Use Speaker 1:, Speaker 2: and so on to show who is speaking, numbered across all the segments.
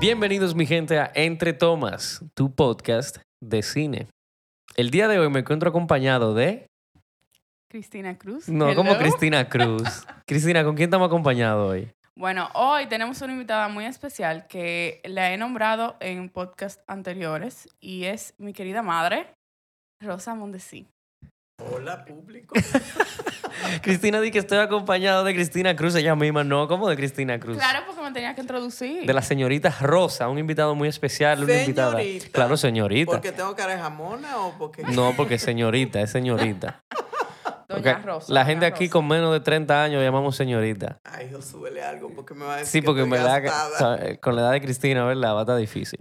Speaker 1: Bienvenidos mi gente a Entre Tomas, tu podcast de cine. El día de hoy me encuentro acompañado de...
Speaker 2: Cristina Cruz.
Speaker 1: No, como
Speaker 2: hello.
Speaker 1: Cristina Cruz. Cristina, ¿con quién estamos acompañados hoy?
Speaker 2: Bueno, hoy tenemos una invitada muy especial que la he nombrado en podcast anteriores y es mi querida madre, Rosa Mondesí.
Speaker 3: Hola, público.
Speaker 1: Cristina di que estoy acompañado de Cristina Cruz, ella misma, no, como de Cristina Cruz.
Speaker 2: Claro, porque me tenía que introducir.
Speaker 1: De la señorita Rosa, un invitado muy especial, una invitada.
Speaker 3: Señorita.
Speaker 1: Claro, señorita.
Speaker 3: ¿Porque tengo cara de jamona o porque.?
Speaker 1: No, porque señorita, es señorita.
Speaker 2: Doña
Speaker 1: Ok,
Speaker 2: Rosa.
Speaker 1: La
Speaker 2: Doña
Speaker 1: gente aquí
Speaker 2: Rosa.
Speaker 1: con menos de 30 años llamamos señorita.
Speaker 3: Ay, Dios, súbele algo porque me va a decir.
Speaker 1: Sí,
Speaker 3: que
Speaker 1: porque en
Speaker 3: estoy
Speaker 1: verdad, que,
Speaker 3: gastada.
Speaker 1: sabe, con la edad de Cristina, ¿verdad? Va a estar difícil.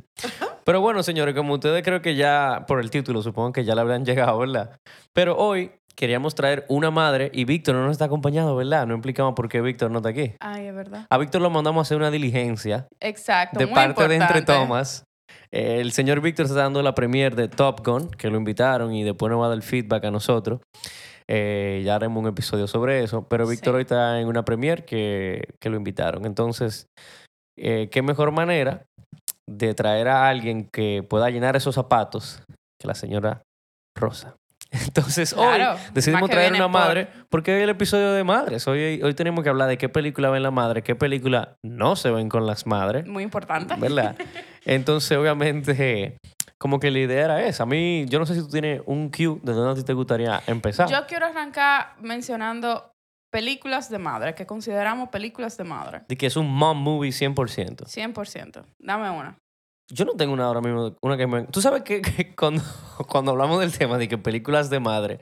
Speaker 1: Pero bueno, señores, como ustedes creo que ya, por el título, supongo que ya le habrán llegado, ¿verdad? Pero hoy queríamos traer una madre y Víctor no nos está acompañado, ¿verdad? No implicamos por qué Víctor no está aquí.
Speaker 2: Ay, es verdad.
Speaker 1: A Víctor lo mandamos a hacer una diligencia
Speaker 2: Exacto.
Speaker 1: de
Speaker 2: muy
Speaker 1: parte de
Speaker 2: importante.
Speaker 1: Entre Tomas. Eh, El señor Víctor está dando la premier de Top Gun, que lo invitaron y después nos va a dar feedback a nosotros. Eh, ya haremos un episodio sobre eso, pero Víctor
Speaker 2: Sí.
Speaker 1: hoy está en una premier que, que lo invitaron. Entonces, eh, ¿qué mejor manera de traer a alguien que pueda llenar esos zapatos que la señora Rosa? Entonces,
Speaker 2: Claro,
Speaker 1: hoy decidimos
Speaker 2: más que
Speaker 1: traer
Speaker 2: viene
Speaker 1: una
Speaker 2: por-
Speaker 1: madre, porque hoy es el episodio de madres. Hoy, hoy tenemos que hablar de qué película ven la madre, qué película no se ven con las madres.
Speaker 2: Muy importante.
Speaker 1: ¿Verdad? Entonces, obviamente, como que la idea era esa. A mí, yo no sé si tú tienes un cue de dónde a ti te gustaría empezar.
Speaker 2: Yo quiero arrancar mencionando películas de madre, que consideramos películas de madre.
Speaker 1: De que es un mom movie 100%.
Speaker 2: 100%. Dame una.
Speaker 1: Yo no tengo una ahora mismo, una que me... Tú sabes que, que cuando, cuando hablamos del tema de que películas de madre,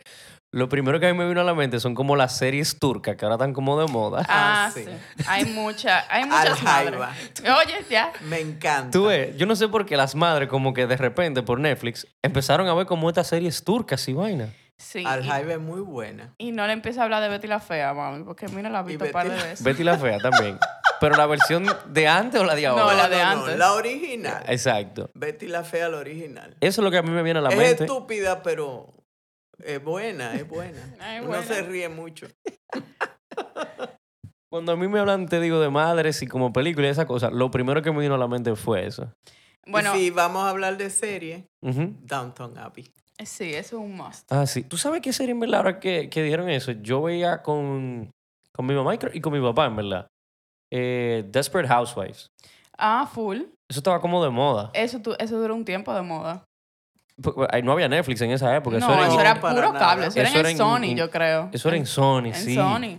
Speaker 1: lo primero que a mí me vino a la mente son como las series turcas, que ahora están como de moda.
Speaker 2: Ah,
Speaker 3: Ah,
Speaker 2: sí.
Speaker 3: sí.
Speaker 2: Hay mucha, hay
Speaker 3: Al
Speaker 2: muchas madres.
Speaker 3: jaiba.
Speaker 2: Oye, ya.
Speaker 3: Me encanta.
Speaker 1: Tú ves, yo no sé por qué las madres como que de repente por Netflix empezaron a ver como estas series turcas y vaina.
Speaker 2: Sí.
Speaker 3: Al
Speaker 2: y-
Speaker 3: jaiba es muy buena.
Speaker 2: Y no le empieza a hablar de Betty la Fea, mami, porque mira, la ha
Speaker 3: Y
Speaker 2: visto un par de
Speaker 3: Betty la-
Speaker 2: veces.
Speaker 1: Betty la Fea también. Pero la versión de antes o la de ahora.
Speaker 2: No, la de antes.
Speaker 3: la original.
Speaker 1: Exacto.
Speaker 3: Betty la Fea, la original.
Speaker 1: Eso es lo que a mí me viene a la
Speaker 3: es
Speaker 1: mente.
Speaker 3: estúpida, pero. Es buena, es buena.
Speaker 2: Ay,
Speaker 3: Uno
Speaker 2: buena.
Speaker 3: se ríe mucho.
Speaker 1: Cuando a mí me hablan, te digo, de madres y como película y esa cosa, lo primero que me vino a la mente fue eso.
Speaker 2: Bueno,
Speaker 3: Y si vamos a hablar de serie,
Speaker 1: Ujú.
Speaker 3: Downton Abbey.
Speaker 2: sí, eso es un must.
Speaker 1: Ah, sí. ¿Tú sabes qué serie en verdad ahora que, que dijeron eso? Yo veía con, con mi mamá y, creo- y con mi papá, en verdad. Eh, Desperate Housewives.
Speaker 2: Ah, full.
Speaker 1: Eso estaba como de moda.
Speaker 2: Eso, tu- eso duró un tiempo de moda.
Speaker 1: Porque, ay, No había Netflix en esa época.
Speaker 2: no, eso era
Speaker 3: para
Speaker 2: puro
Speaker 3: nada.
Speaker 2: cable. Eso,
Speaker 1: Eso
Speaker 2: era en,
Speaker 1: era en-
Speaker 2: Sony,
Speaker 1: en-
Speaker 2: yo creo.
Speaker 1: eso era en Sony,
Speaker 2: En
Speaker 1: sí.
Speaker 2: Sony.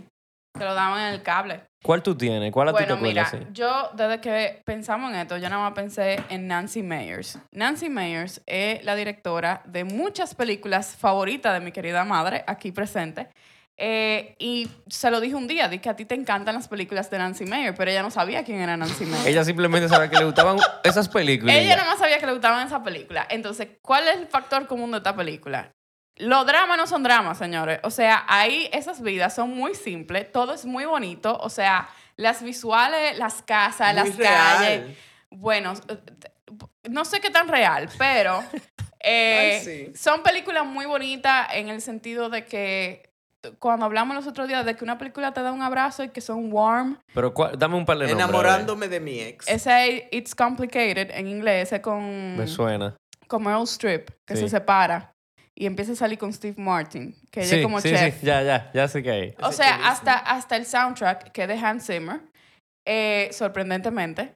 Speaker 2: Te lo daban en el cable.
Speaker 1: ¿Cuál tú tienes? ¿Cuál a ti te
Speaker 2: Bueno, mira,
Speaker 1: acuerdas? sí?
Speaker 2: yo desde que pensamos en esto, yo nada más pensé en Nancy Meyers. Nancy Meyers es la directora de muchas películas favoritas de mi querida madre, aquí presente. Eh, y se lo dije un día, dije que a ti te encantan las películas de Nancy Meyers, pero ella no sabía quién era Nancy Meyers.
Speaker 1: Ella simplemente sabía que le gustaban esas películas.
Speaker 2: ella nada más sabía que le gustaban esas películas. Entonces, ¿cuál es el factor común de esta película? Los dramas no son dramas, señores. O sea, ahí esas vidas son muy simples, todo es muy bonito. O sea, las visuales, las casas,
Speaker 3: Muy
Speaker 2: las calles.
Speaker 3: real.
Speaker 2: Bueno, eh, no sé qué tan real, pero eh,
Speaker 3: Ay, sí.
Speaker 2: son películas muy bonitas en el sentido de que t- cuando hablamos los otros días de que una película te da un abrazo y que son warm,
Speaker 1: Pero ¿cuál? dame un par de nombres, a ver.
Speaker 3: Enamorándome de mi ex.
Speaker 2: esa es It's Complicated en inglés, es con,
Speaker 1: Me suena.
Speaker 2: con Meryl Streep, que
Speaker 1: Sí.
Speaker 2: se separa y empieza a salir con Steve Martin, que ella es como
Speaker 1: sí,
Speaker 2: chef.
Speaker 1: sí, ya, ya, ya sé que hay.
Speaker 2: O
Speaker 3: Ese
Speaker 2: sea,
Speaker 3: chulísimo.
Speaker 2: hasta, hasta el soundtrack que es de Hans Zimmer, eh, sorprendentemente,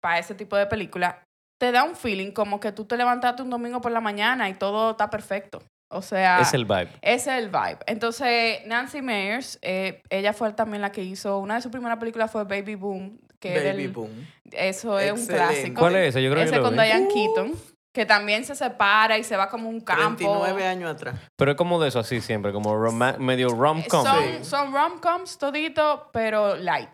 Speaker 2: para ese tipo de película, te da un feeling como que tú te levantaste un domingo por la mañana y todo está perfecto. O sea,
Speaker 1: Es el vibe.
Speaker 2: ese es el vibe. Entonces, Nancy Meyers, eh, ella fue también la que hizo, una de sus primeras películas fue Baby Boom, que era
Speaker 3: Baby
Speaker 2: el-
Speaker 3: Boom.
Speaker 2: eso es un
Speaker 3: Excelente.
Speaker 2: clásico.
Speaker 1: ¿Cuál es ese? Yo creo
Speaker 2: Ese
Speaker 1: que lo
Speaker 2: con
Speaker 1: vi.
Speaker 2: Diane Keaton, que también se separa y se va como a un campo.
Speaker 3: 39 años atrás.
Speaker 1: Pero es como de eso así siempre, como roma- medio rom-com.
Speaker 2: Eh, Son,
Speaker 3: Sí.
Speaker 2: son rom-coms todito, pero light.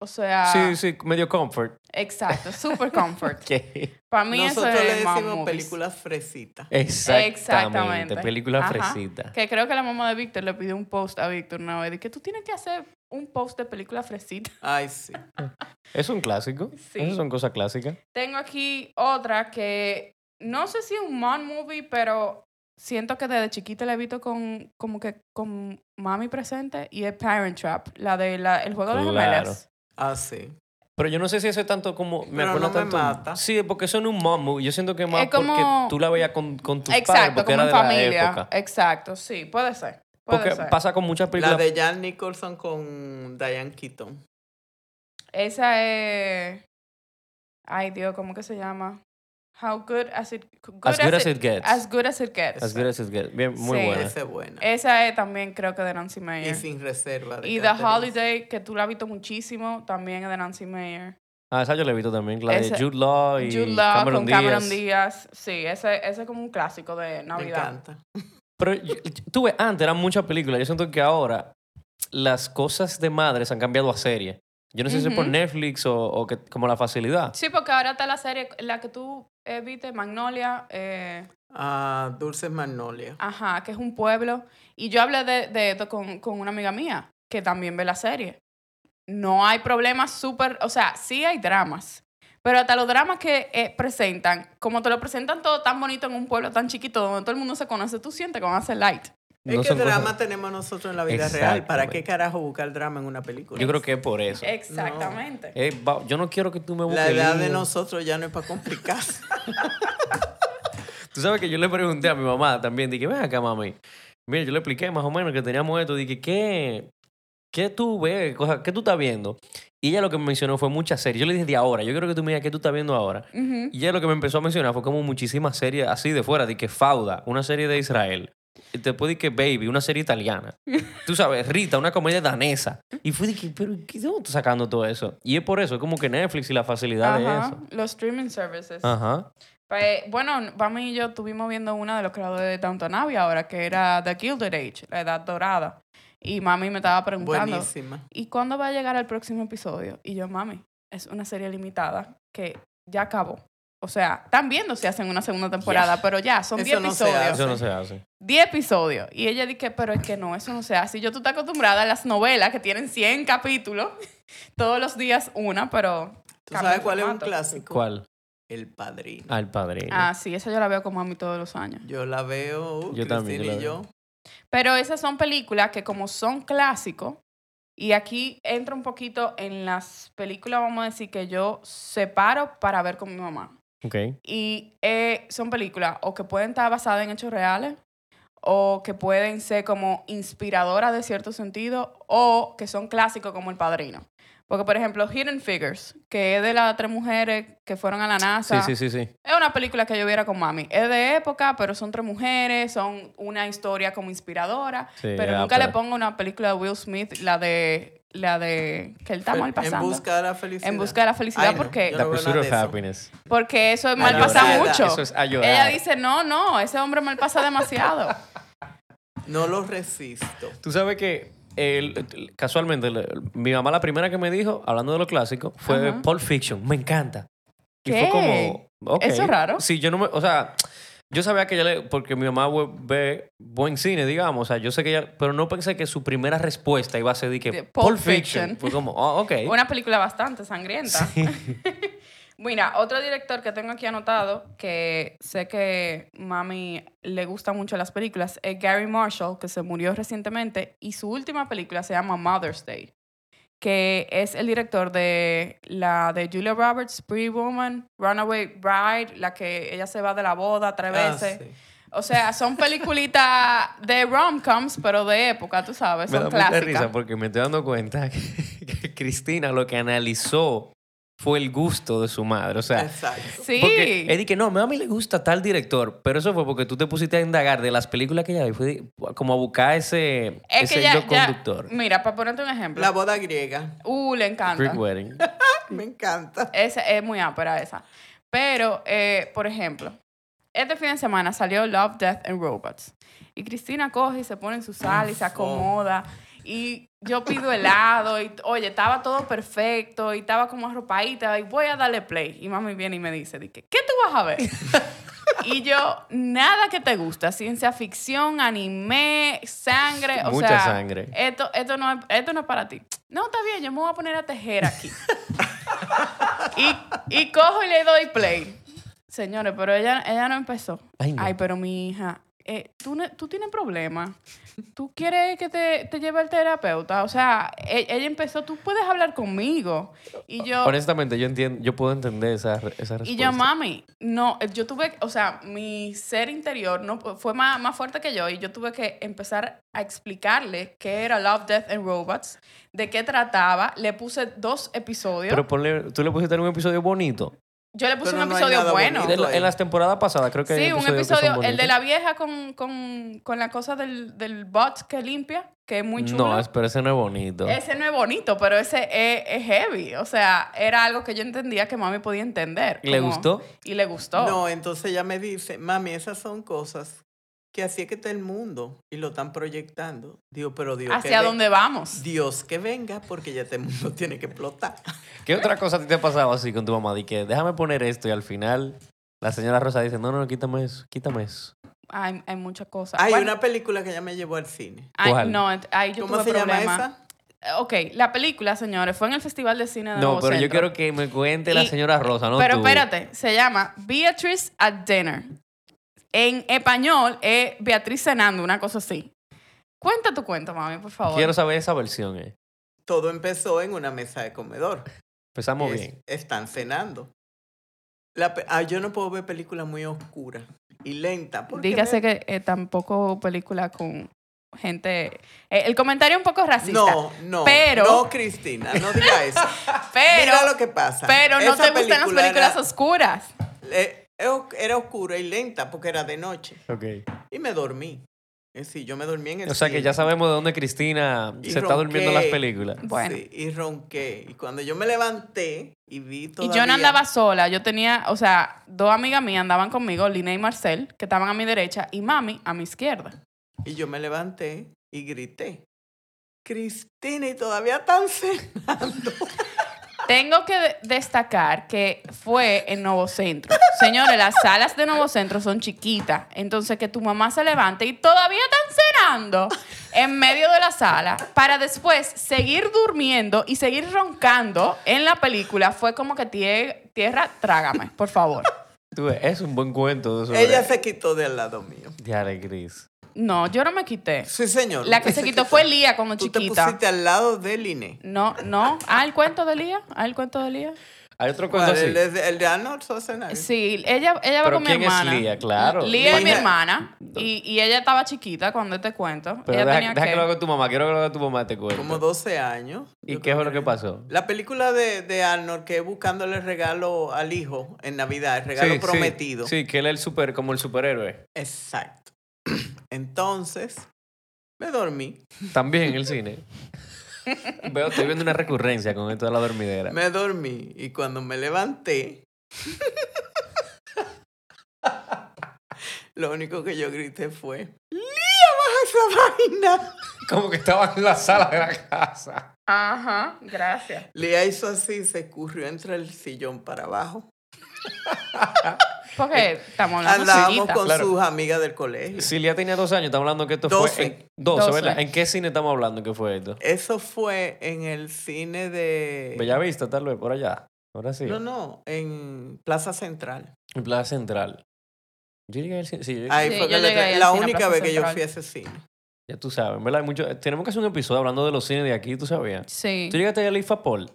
Speaker 2: O sea,
Speaker 1: Sí, sí, medio comfort.
Speaker 2: exacto, super comfort.
Speaker 1: Que-
Speaker 2: Para mí
Speaker 3: Nosotros
Speaker 2: eso
Speaker 3: le
Speaker 2: es mom
Speaker 3: decimos
Speaker 2: movies.
Speaker 3: películas fresitas.
Speaker 1: Exactamente.
Speaker 2: Exactamente.
Speaker 1: Película
Speaker 2: Ajá.
Speaker 1: fresita.
Speaker 2: Que creo que la mamá de Víctor le pidió un post a Víctor una vez de que tú tienes que hacer un post de película fresita.
Speaker 3: Ay, sí.
Speaker 1: Es un clásico.
Speaker 2: Sí.
Speaker 1: Esas son cosas clásicas.
Speaker 2: Tengo aquí otra que no sé si es un mom movie, pero siento que desde chiquita la he visto con como que con mami presente y es Parent Trap, la de la, el juego de
Speaker 1: Claro.
Speaker 2: gemelas.
Speaker 3: Ah, sí.
Speaker 1: Pero yo no sé si eso es tanto como. Me
Speaker 3: Pero
Speaker 1: acuerdo
Speaker 3: no me
Speaker 1: tanto.
Speaker 3: mata.
Speaker 1: Sí, porque son un mom movie. Yo siento que más
Speaker 2: Es como-
Speaker 1: porque tú la veías con, con tus padres,
Speaker 2: Exacto,
Speaker 1: porque
Speaker 2: como
Speaker 1: era
Speaker 2: en
Speaker 1: de la
Speaker 2: familia.
Speaker 1: época.
Speaker 2: Exacto, sí, puede ser. Puede
Speaker 1: Porque
Speaker 2: ser.
Speaker 1: pasa con muchas
Speaker 3: La
Speaker 1: películas.
Speaker 3: de Jan Nicholson con Diane Keaton.
Speaker 2: Esa es. Ay, Dios, ¿cómo que se llama? How good as it, good
Speaker 1: As Good As It Gets.
Speaker 2: As good as it gets.
Speaker 1: As good as it gets. Bien, muy
Speaker 2: Sí.
Speaker 1: buena.
Speaker 3: Esa es buena.
Speaker 2: Esa es también creo que de Nancy
Speaker 3: Y
Speaker 2: Mayer.
Speaker 3: sin reserva. de
Speaker 2: Y The
Speaker 3: Catherine.
Speaker 2: Holiday, que tú la has visto muchísimo, también es de Nancy Mayer.
Speaker 1: Ah, esa yo la he visto también. La
Speaker 2: Esa-
Speaker 1: de Jude Law y
Speaker 2: Jude Law
Speaker 1: Cameron,
Speaker 2: con
Speaker 1: Díaz.
Speaker 2: Cameron Díaz. Sí, ese, ese es como un clásico de
Speaker 3: Me
Speaker 2: Navidad.
Speaker 3: encanta.
Speaker 1: Pero yo- tú ves, antes eran muchas películas. Yo siento que ahora las cosas de madres han cambiado a serie. Yo no sé si es por
Speaker 2: Ujú.
Speaker 1: Netflix o, o que, como la facilidad.
Speaker 2: Sí, porque ahora está la serie, la que tú eh, viste, Magnolia, eh,
Speaker 3: Ah, Dulces Magnolia.
Speaker 2: ajá, que es un pueblo. Y yo hablé de, de esto con, con una amiga mía, que también ve la serie. No hay problemas súper, o sea, sí hay dramas. Pero hasta los dramas que eh, presentan, como te lo presentan todo tan bonito en un pueblo tan chiquito donde todo el mundo se conoce, tú sientes que van a ser light.
Speaker 1: No
Speaker 3: es que
Speaker 1: son
Speaker 3: drama
Speaker 1: cosas-
Speaker 3: tenemos nosotros en la vida real. ¿Para
Speaker 1: Exactamente.
Speaker 3: qué carajo buscar drama en una película?
Speaker 1: Yo creo que es por eso.
Speaker 2: Exactamente.
Speaker 1: Eh, va- yo no quiero que tú me busques.
Speaker 3: Eh. la edad de
Speaker 1: lío.
Speaker 3: nosotros ya no es para complicarse.
Speaker 1: Tú sabes que yo le pregunté a mi mamá también, dije, ven acá, mami. Mira, yo le expliqué más o menos que teníamos esto, dije, ¿qué, qué tú ves? Cosa- ¿Qué tú estás viendo? Y ella lo que me mencionó fue muchas series. Yo le dije, de ahora, yo creo que tú me digas qué tú estás viendo ahora.
Speaker 2: Ujú.
Speaker 1: Y ella lo que me empezó a mencionar fue como muchísimas series así de fuera, de que Fauda, una serie de Israel. Y Después de que Baby, una serie italiana. Tú sabes, Rita, una comedia danesa. Y fue de que, pero ¿qué- ¿de dónde está sacando todo eso? Y es por eso, es como que Netflix y la facilidad de
Speaker 2: Ajá,
Speaker 1: eso.
Speaker 2: Los streaming services.
Speaker 1: Ajá.
Speaker 2: Pues, bueno, Pammy y yo estuvimos viendo una de los creadores de Downton Abbey ahora, que era The Gilded Age, la Edad Dorada. Y mami me estaba preguntando,
Speaker 3: Buenísima.
Speaker 2: ¿y cuándo va a llegar el próximo episodio? Y yo, mami, es una serie limitada que ya acabó. O sea, están viendo si hacen una segunda temporada, pero ya, son
Speaker 3: Eso
Speaker 2: 10
Speaker 3: no se
Speaker 2: episodios.
Speaker 3: hace.
Speaker 1: Eso no se hace.
Speaker 2: 10 episodios. Y ella dice, pero es que no, eso no se hace. Y yo, tú estás acostumbrada a las novelas que tienen 100 capítulos, todos los días una, pero
Speaker 3: ¿Tú
Speaker 2: Cambia
Speaker 3: sabes
Speaker 2: el
Speaker 3: cuál es un
Speaker 2: formato.
Speaker 3: clásico?
Speaker 1: ¿Cuál?
Speaker 3: El Padrino.
Speaker 1: Al padrino.
Speaker 2: Ah, sí, esa yo la veo con mami todos los años.
Speaker 3: Yo la veo, uh,
Speaker 1: Yo también,
Speaker 3: Cristina
Speaker 1: yo la veo.
Speaker 3: y yo.
Speaker 2: Pero esas son películas que como son clásicos, y aquí entra un poquito en las películas, vamos a decir, que yo separo para ver con mi mamá.
Speaker 1: Ok.
Speaker 2: Y eh, son películas o que pueden estar basadas en hechos reales, o que pueden ser como inspiradoras de cierto sentido, o que son clásicos como El Padrino. Porque, por ejemplo, Hidden Figures, que es de las tres mujeres que fueron a la NASA.
Speaker 1: Sí, sí, sí, sí.
Speaker 2: Es una película que yo viera con mami. Es de época, pero son tres mujeres, son una historia como inspiradora.
Speaker 1: Sí,
Speaker 2: pero
Speaker 1: ah,
Speaker 2: nunca le
Speaker 1: pero-
Speaker 2: pongo una película de Will Smith, la de. La de. Que él está mal
Speaker 3: Fel-
Speaker 2: pasando.
Speaker 3: En busca de la felicidad.
Speaker 2: En busca de la felicidad,
Speaker 3: Ay, no,
Speaker 2: porque,
Speaker 1: The
Speaker 3: yo no veo
Speaker 1: Pursuit
Speaker 3: nada
Speaker 1: of
Speaker 3: de eso.
Speaker 1: Happiness.
Speaker 2: porque eso es
Speaker 3: Ay,
Speaker 2: mal pasa
Speaker 3: llorar.
Speaker 2: mucho.
Speaker 1: Eso es a llorar.
Speaker 2: Ella dice: No, no, ese hombre mal pasa demasiado.
Speaker 3: No lo resisto.
Speaker 1: Tú sabes que el- el- casualmente el- el- mi mamá la primera que me dijo, hablando de lo clásico, fue
Speaker 2: Ajá.
Speaker 1: Pulp Fiction. Me encanta. Y
Speaker 2: ¿Qué?
Speaker 1: fue como... ok.
Speaker 2: Eso es raro.
Speaker 1: Sí, yo no me... O sea, yo sabía que ella le... Porque mi mamá we- ve buen cine, digamos. O sea, yo sé que ella... Pero no pensé que su primera respuesta iba a ser de que...
Speaker 2: De
Speaker 1: Pulp,
Speaker 2: Pulp
Speaker 1: Fiction.
Speaker 2: Fiction.
Speaker 1: Fue como, oh, ok.
Speaker 2: Una película bastante sangrienta. Mira, otro director que tengo aquí anotado, que sé que mami le gusta mucho las películas, es Gary Marshall, que se murió recientemente, y su última película se llama Mother's Day, que es el director de la de Julia Roberts, Pretty Woman, Runaway Bride, la que ella se va de la boda tres
Speaker 3: Ah,
Speaker 2: veces.
Speaker 3: sí.
Speaker 2: O sea, son peliculitas de rom-coms, pero de época, tú sabes,
Speaker 1: Me
Speaker 2: son
Speaker 1: da mucha
Speaker 2: clásicas.
Speaker 1: risa porque me estoy dando cuenta que, que Cristina lo que analizó fue el gusto de su madre. O sea,
Speaker 3: Exacto.
Speaker 2: Sí.
Speaker 1: Porque Eddie que no, a mí le gusta tal director, pero eso fue porque tú te pusiste a indagar de las películas que ella ve, fue de- como a buscar ese,
Speaker 2: Es
Speaker 1: ese
Speaker 2: que ya,
Speaker 1: hilo
Speaker 2: ya-
Speaker 1: conductor.
Speaker 2: mira, para ponerte un ejemplo.
Speaker 3: La boda griega.
Speaker 2: Uh, le encanta.
Speaker 1: Greek Wedding.
Speaker 3: Me encanta.
Speaker 2: Esa es muy ápera esa. Pero, eh, por ejemplo, este fin de semana salió Love, Death and Robots. Y Cristina coge y se pone en su sala y se acomoda. Y yo pido helado. Y, oye, estaba todo perfecto. Y estaba como arropadita. Y voy a darle play. Y mami viene y me dice, di que, ¿qué tú vas a ver? Y yo, nada que te gusta. Ciencia ficción, anime, sangre. O
Speaker 1: Mucha
Speaker 2: sea,
Speaker 1: sangre.
Speaker 2: Esto, esto, no es, esto no es para ti. No, está bien, yo me voy a poner a tejer aquí. y, y cojo y le doy play. Señores, pero ella, ella no empezó.
Speaker 1: Ay, no.
Speaker 2: pero mi hija, eh, tú, ne- tú tienes problemas. Tú quieres que te, te lleve al terapeuta. O sea, e- ella empezó, tú puedes hablar conmigo. Y yo,
Speaker 1: Honestamente, yo entiendo, yo puedo entender esa, re- esa respuesta.
Speaker 2: y yo, mami, no, eh, yo tuve, o sea, mi ser interior no pu- fue más, más fuerte que yo y yo tuve que empezar a explicarle qué era Love, Death and Robots, de qué trataba. Le puse dos episodios.
Speaker 1: Pero ponle, tú le pusiste en un episodio bonito.
Speaker 2: yo le puse
Speaker 3: Pero
Speaker 2: un
Speaker 3: no hay
Speaker 2: episodio
Speaker 3: nada
Speaker 2: bueno.
Speaker 3: bonito.
Speaker 1: En, la- en las temporadas pasadas creo que hay
Speaker 2: Sí, un
Speaker 1: episodios que son
Speaker 2: episodio, el de
Speaker 1: bonitos.
Speaker 2: la vieja con, con, con la cosa del, del bot que limpia, que es muy chulo.
Speaker 1: No, es- pero ese no es bonito.
Speaker 2: Ese no es bonito, pero ese es, es heavy. O sea, era algo que yo entendía que mami podía entender.
Speaker 1: ¿Le
Speaker 2: como-
Speaker 1: gustó?
Speaker 2: Y le gustó.
Speaker 3: No, entonces ella me dice, mami, esas son cosas que así es que está el mundo y lo están proyectando. Digo, pero Dios, que
Speaker 2: ¿Hacia
Speaker 3: ve-
Speaker 2: dónde vamos?
Speaker 3: Dios que venga porque ya este mundo tiene que explotar.
Speaker 1: ¿Qué otra cosa a ti te ha pasado así con tu mamá? De que déjame poner esto y al final la señora Rosa dice, no, no, no, quítame eso, quítame eso.
Speaker 2: Hay, hay muchas cosas.
Speaker 3: Hay
Speaker 2: Bueno,
Speaker 3: una película que ella me llevó al cine.
Speaker 2: ay,
Speaker 1: ¿Cuál?
Speaker 2: no, ent- ahí yo
Speaker 3: ¿Cómo
Speaker 2: tuve
Speaker 3: se
Speaker 2: problema.
Speaker 3: llama esa?
Speaker 2: Ok, la película, señores, fue en el Festival de Cine de
Speaker 1: No,
Speaker 2: Nuevo
Speaker 1: pero yo
Speaker 2: Ah, Centro.
Speaker 1: quiero que me cuente la
Speaker 2: Y-
Speaker 1: señora Rosa, ¿no?
Speaker 2: Pero
Speaker 1: tú.
Speaker 2: espérate, se llama Beatrice at Dinner. En español es Beatriz cenando, una cosa así. Cuenta tu cuento, mami, por favor.
Speaker 1: Quiero saber esa versión, eh.
Speaker 3: Todo empezó en una mesa de comedor.
Speaker 1: Empezamos
Speaker 3: Es-
Speaker 1: bien.
Speaker 3: Están cenando. La pe- ah, yo no puedo ver películas muy oscuras y lentas. porque
Speaker 2: Dígase
Speaker 3: me-
Speaker 2: que eh, tampoco película con gente... eh, el comentario es un poco racista.
Speaker 3: No, no.
Speaker 2: Pero-
Speaker 3: No, Cristina, no diga eso.
Speaker 2: pero
Speaker 3: Mira lo que pasa.
Speaker 2: pero no
Speaker 3: Esa
Speaker 2: te gustan las
Speaker 3: película
Speaker 2: películas
Speaker 3: era-
Speaker 2: oscuras.
Speaker 3: eh, era, era oscura y lenta porque era de noche.
Speaker 1: Ok.
Speaker 3: Y me dormí. Es decir, yo me dormí en el
Speaker 1: O sea que
Speaker 3: cine.
Speaker 1: ya sabemos de dónde Cristina
Speaker 3: Y
Speaker 1: se está durmiendo en las
Speaker 3: ronqué.
Speaker 1: películas.
Speaker 2: Bueno.
Speaker 3: Sí, y ronqué. Y cuando yo me levanté y vi todo.
Speaker 2: Y yo no andaba sola, yo tenía, o sea, dos amigas mías andaban conmigo, Lina y Marcel, que estaban a mi derecha, y mami a mi izquierda.
Speaker 3: Y yo me levanté y grité. Cristina, y todavía están cenando.
Speaker 2: Tengo que de- destacar que fue en Nuevo Centro. Señores, las salas de Nuevo Centro son chiquitas. Entonces, que tu mamá se levante y todavía están cenando en medio de la sala para después seguir durmiendo y seguir roncando en la película fue como que tie- tierra, trágame, por favor.
Speaker 1: Tú ves, es un buen cuento. Sobre...
Speaker 3: Ella se quitó del lado mío.
Speaker 1: Diare, Cris.
Speaker 2: No, yo no me quité.
Speaker 3: Sí, señor.
Speaker 2: La que se quitó fue Lía cuando
Speaker 3: Tú te
Speaker 2: chiquita.
Speaker 3: pusiste al lado de Liné.
Speaker 2: No, no. Ah, el cuento de Lía. Ah, el cuento de Lía.
Speaker 1: Hay otro cuento
Speaker 3: ¿Cuál?
Speaker 1: así.
Speaker 3: El, de- el de Arnold Schwarzenegger.
Speaker 2: Sí, ella, ella va
Speaker 1: Pero
Speaker 2: con mi
Speaker 1: ¿quién es
Speaker 2: hermana.
Speaker 1: Lía? Claro.
Speaker 2: Lía es mi
Speaker 3: Lía.
Speaker 2: hermana. Y, y ella estaba chiquita cuando te cuento.
Speaker 1: Pero
Speaker 2: ella
Speaker 1: deja,
Speaker 2: tenía
Speaker 1: deja
Speaker 2: que.
Speaker 1: que lo haga tu mamá. Quiero que lo haga tu mamá este cuento.
Speaker 3: Como 12 años.
Speaker 1: ¿Y
Speaker 3: yo
Speaker 1: qué
Speaker 3: creo
Speaker 1: fue lo que pasó?
Speaker 3: La película de, de Arnold que es buscándole regalo al hijo en Navidad, el regalo
Speaker 1: Sí, sí,
Speaker 3: prometido.
Speaker 1: Sí, que él es el super, como el superhéroe.
Speaker 3: Exacto. Entonces, me dormí.
Speaker 1: También en el cine. Veo, estoy viendo una recurrencia con esto de la dormidera.
Speaker 3: Me dormí. Y cuando me levanté, lo único que yo grité fue, ¡Lía, baja esa vaina!
Speaker 1: Como que estaba en la sala de la casa.
Speaker 2: Ajá, gracias.
Speaker 3: Lía hizo así, se escurrió entre el sillón para abajo.
Speaker 1: Eh,
Speaker 2: Porque estamos hablando de
Speaker 3: Andábamos
Speaker 2: chiquita.
Speaker 3: con
Speaker 1: Claro.
Speaker 3: sus amigas del colegio.
Speaker 1: Si Lía tenía dos años, estamos hablando que esto
Speaker 3: Doce.
Speaker 1: fue. En, 12, ¿verdad?
Speaker 2: Doce.
Speaker 1: ¿En qué cine estamos hablando que fue esto?
Speaker 3: Eso fue en el cine de...
Speaker 1: Bellavista, tal vez, por allá. Ahora sí.
Speaker 3: Eh, No, no, en Plaza Central.
Speaker 1: En Plaza Central. Yo llegué al cine. Sí, yo llegué-
Speaker 3: Ahí
Speaker 2: Sí,
Speaker 3: fue
Speaker 2: yo
Speaker 3: que le-
Speaker 2: llegué ahí al
Speaker 3: la
Speaker 2: cine, a
Speaker 3: única
Speaker 2: Plaza
Speaker 3: vez que yo
Speaker 2: Central.
Speaker 3: fui a ese cine.
Speaker 1: ya tú sabes, ¿verdad? Hay mucho- eh, tenemos que hacer un episodio hablando de los cines de aquí, tú sabías.
Speaker 2: Sí.
Speaker 1: Tú llegaste allá al IFAPOL.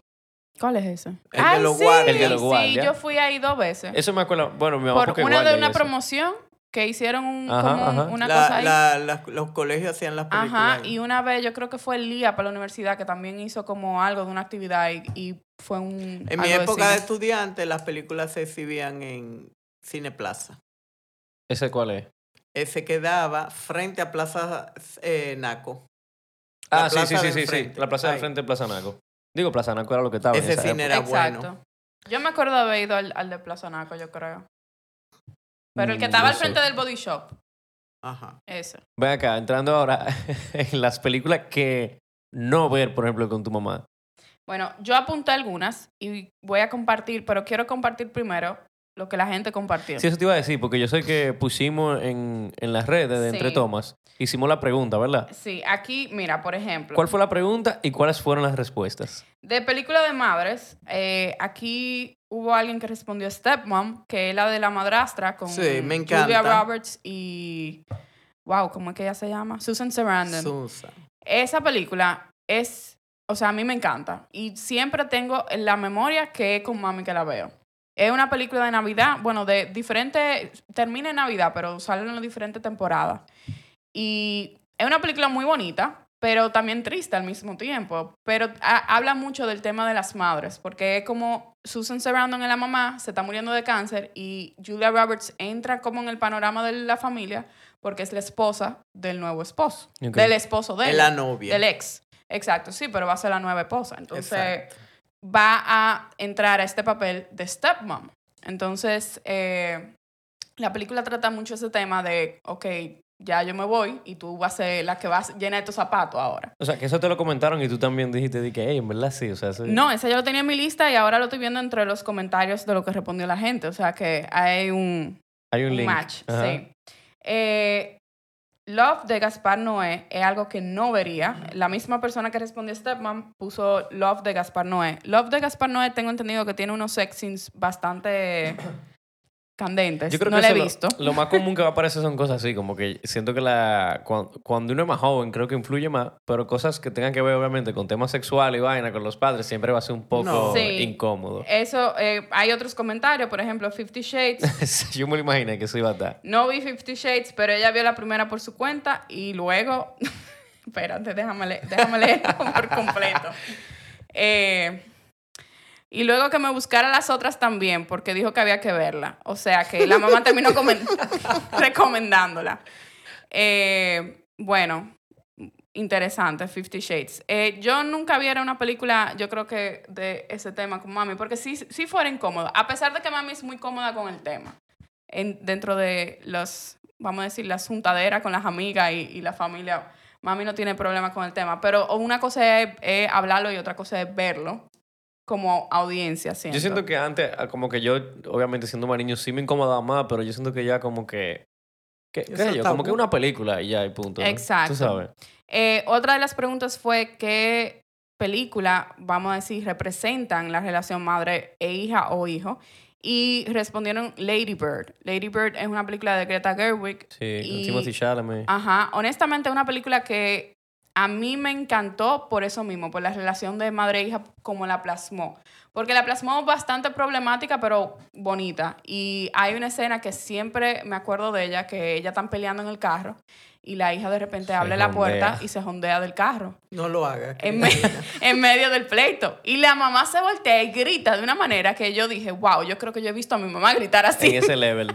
Speaker 2: ¿Cuál es ese?
Speaker 3: El de los guardias.
Speaker 1: El de los
Speaker 2: Sí,
Speaker 1: guardias.
Speaker 2: yo fui ahí dos veces.
Speaker 1: Eso me acuerdo. Bueno, mi mamá
Speaker 2: por
Speaker 1: porque
Speaker 2: una
Speaker 1: guardia y
Speaker 2: de una
Speaker 1: eso.
Speaker 2: promoción que hicieron un-
Speaker 1: Ajá,
Speaker 2: como un-
Speaker 1: ajá.
Speaker 2: una
Speaker 3: La-
Speaker 2: cosa ahí.
Speaker 3: la- las- los colegios hacían las películas.
Speaker 2: Ajá,
Speaker 3: ahí.
Speaker 2: y una vez yo creo que fue Lía para la universidad que también hizo como algo de una actividad y, y fue un.
Speaker 3: en mi
Speaker 2: algo de
Speaker 3: época de
Speaker 2: cine.
Speaker 3: estudiante, las películas se exhibían en Cine Plaza.
Speaker 1: ¿Ese cuál es?
Speaker 3: Eh, se quedaba frente a Plaza eh, Naco. La
Speaker 1: Ah, sí, sí,
Speaker 3: plaza
Speaker 1: sí, sí,
Speaker 3: de
Speaker 1: sí.
Speaker 3: enfrente.
Speaker 1: La plaza del
Speaker 3: Ahí.
Speaker 1: frente de Plaza Naco. Digo, Plaza Naco era lo que estaba. en
Speaker 3: Ese
Speaker 1: esa época.
Speaker 3: cine era
Speaker 2: Exacto.
Speaker 3: bueno.
Speaker 2: Yo me acuerdo de haber ido al, al de Plaza Naco, yo creo. Pero el que
Speaker 1: Mm,
Speaker 2: estaba
Speaker 1: no
Speaker 2: al frente
Speaker 1: sé.
Speaker 2: del Body Shop,
Speaker 3: Ajá.
Speaker 2: ese.
Speaker 1: Ven acá, entrando ahora en las películas que no ver, por ejemplo, con tu mamá.
Speaker 2: Bueno, yo apunté algunas y voy a compartir, pero quiero compartir primero lo que la gente compartió.
Speaker 1: Sí, eso te iba a decir, porque yo sé que pusimos en, en las redes de Entre
Speaker 2: Sí.
Speaker 1: Tomas, hicimos la pregunta, ¿verdad?
Speaker 2: Sí, aquí, mira, por ejemplo,
Speaker 1: ¿Cuál fue la pregunta y cuáles fueron las respuestas?
Speaker 2: de película de madres, eh, aquí hubo alguien que respondió Stepmom, que es la de la madrastra con
Speaker 3: Sí, me
Speaker 2: Julia
Speaker 3: encanta.
Speaker 2: Roberts y wow, ¿cómo es que ella se llama? Susan Sarandon.
Speaker 3: Susa.
Speaker 2: Esa película es, o sea, a mí me encanta. Y siempre tengo en la memoria que es con mami que la veo. Es una película de Navidad, bueno, de diferentes, termina en Navidad, pero sale en las diferentes temporadas. Y es una película muy bonita, pero también triste al mismo tiempo. Pero ha- habla mucho del tema de las madres, porque es como Susan Sarandon es la mamá, se está muriendo de cáncer y Julia Roberts entra como en el panorama de la familia porque es la esposa del nuevo esposo,
Speaker 1: Ok.
Speaker 2: del esposo de
Speaker 3: Es
Speaker 2: él,
Speaker 3: la novia.
Speaker 2: del ex. Exacto, sí, pero va a ser la nueva esposa. Entonces
Speaker 3: Exacto.
Speaker 2: va a entrar a este papel de stepmom. Entonces, eh, la película trata mucho ese tema de, ok, ya yo me voy y tú vas a ser la que vas a llenar tus zapatos ahora.
Speaker 1: O sea, que eso te lo comentaron y tú también dijiste de que, hey, en verdad sí. O sea, eso-
Speaker 2: No, esa yo lo tenía en mi lista y ahora lo estoy viendo entre los comentarios de lo que respondió la gente. O sea que hay un,
Speaker 1: hay un
Speaker 2: un
Speaker 1: link.
Speaker 2: match.
Speaker 1: Ajá.
Speaker 2: Sí. Eh, Love de Gaspar Noé es algo que no vería. La misma persona que respondió Stepman puso Love de Gaspar Noé. Love de Gaspar Noé tengo entendido que tiene unos sex scenes bastante candentes.
Speaker 1: Yo creo
Speaker 2: no
Speaker 1: que
Speaker 2: lo he
Speaker 1: eso lo-
Speaker 2: visto.
Speaker 1: Lo, más común que va a aparecer son cosas así, como que siento que la cuan- cuando, uno es más joven creo que influye más, pero cosas que tengan que ver obviamente con temas sexuales y vaina con los padres siempre va a ser un poco
Speaker 3: No.
Speaker 2: Sí.
Speaker 1: incómodo.
Speaker 2: Eso, eh, hay otros comentarios, por ejemplo, Fifty Shades
Speaker 1: Yo me lo imaginé que eso iba a estar.
Speaker 2: No vi Fifty Shades, pero ella vio la primera por su cuenta y luego. Espérate, déjame, le- déjame leerlo por completo. Eh, y luego que me buscara las otras también, porque dijo que había que verla. O sea que la mamá terminó comen- recomendándola. Eh, bueno, interesante, Fifty Shades. Eh, yo nunca viera una película, yo creo que de ese tema con mami, porque sí, sí fuera incómodo, a pesar de que mami es muy cómoda con el tema en- dentro de los, vamos a decir, las juntaderas con las amigas y, y la familia. Mami no tiene problema con el tema, pero una cosa es, es hablarlo y otra cosa es verlo como audiencia. Siento.
Speaker 1: Yo siento que antes, ah, como que yo, obviamente siendo más niño, sí me incomodaba más, pero yo siento que ya como que... que- qué
Speaker 3: Eso
Speaker 1: sé yo?
Speaker 3: está
Speaker 1: Como que
Speaker 3: bu-
Speaker 1: una película y ya, y punto. ¿no?
Speaker 2: Exacto.
Speaker 1: Tú sabes.
Speaker 2: Eh, otra de las preguntas fue qué película, vamos a decir, representan la relación madre e hija o hijo. Y respondieron Lady Bird. Lady Bird es una película de Greta Gerwig
Speaker 1: Sí, con
Speaker 2: Y- Ah,
Speaker 1: Timothée Chalamet.
Speaker 2: Ajá, honestamente es una película que a mí me encantó por eso mismo, por la relación de madre e hija, como la plasmó. Porque la plasmó bastante problemática, pero bonita. Y hay una escena que siempre me acuerdo de ella, que ella están peleando en el carro y la hija de repente
Speaker 1: Se
Speaker 2: abre la puerta
Speaker 1: jondea.
Speaker 2: y se jondea del carro
Speaker 3: No lo haga.
Speaker 2: en, me-
Speaker 3: Cristina.
Speaker 2: en medio del pleito. Y la mamá se voltea y grita de una manera que yo dije, wow, yo creo que yo he visto a mi mamá gritar
Speaker 1: En
Speaker 2: así
Speaker 1: ese level.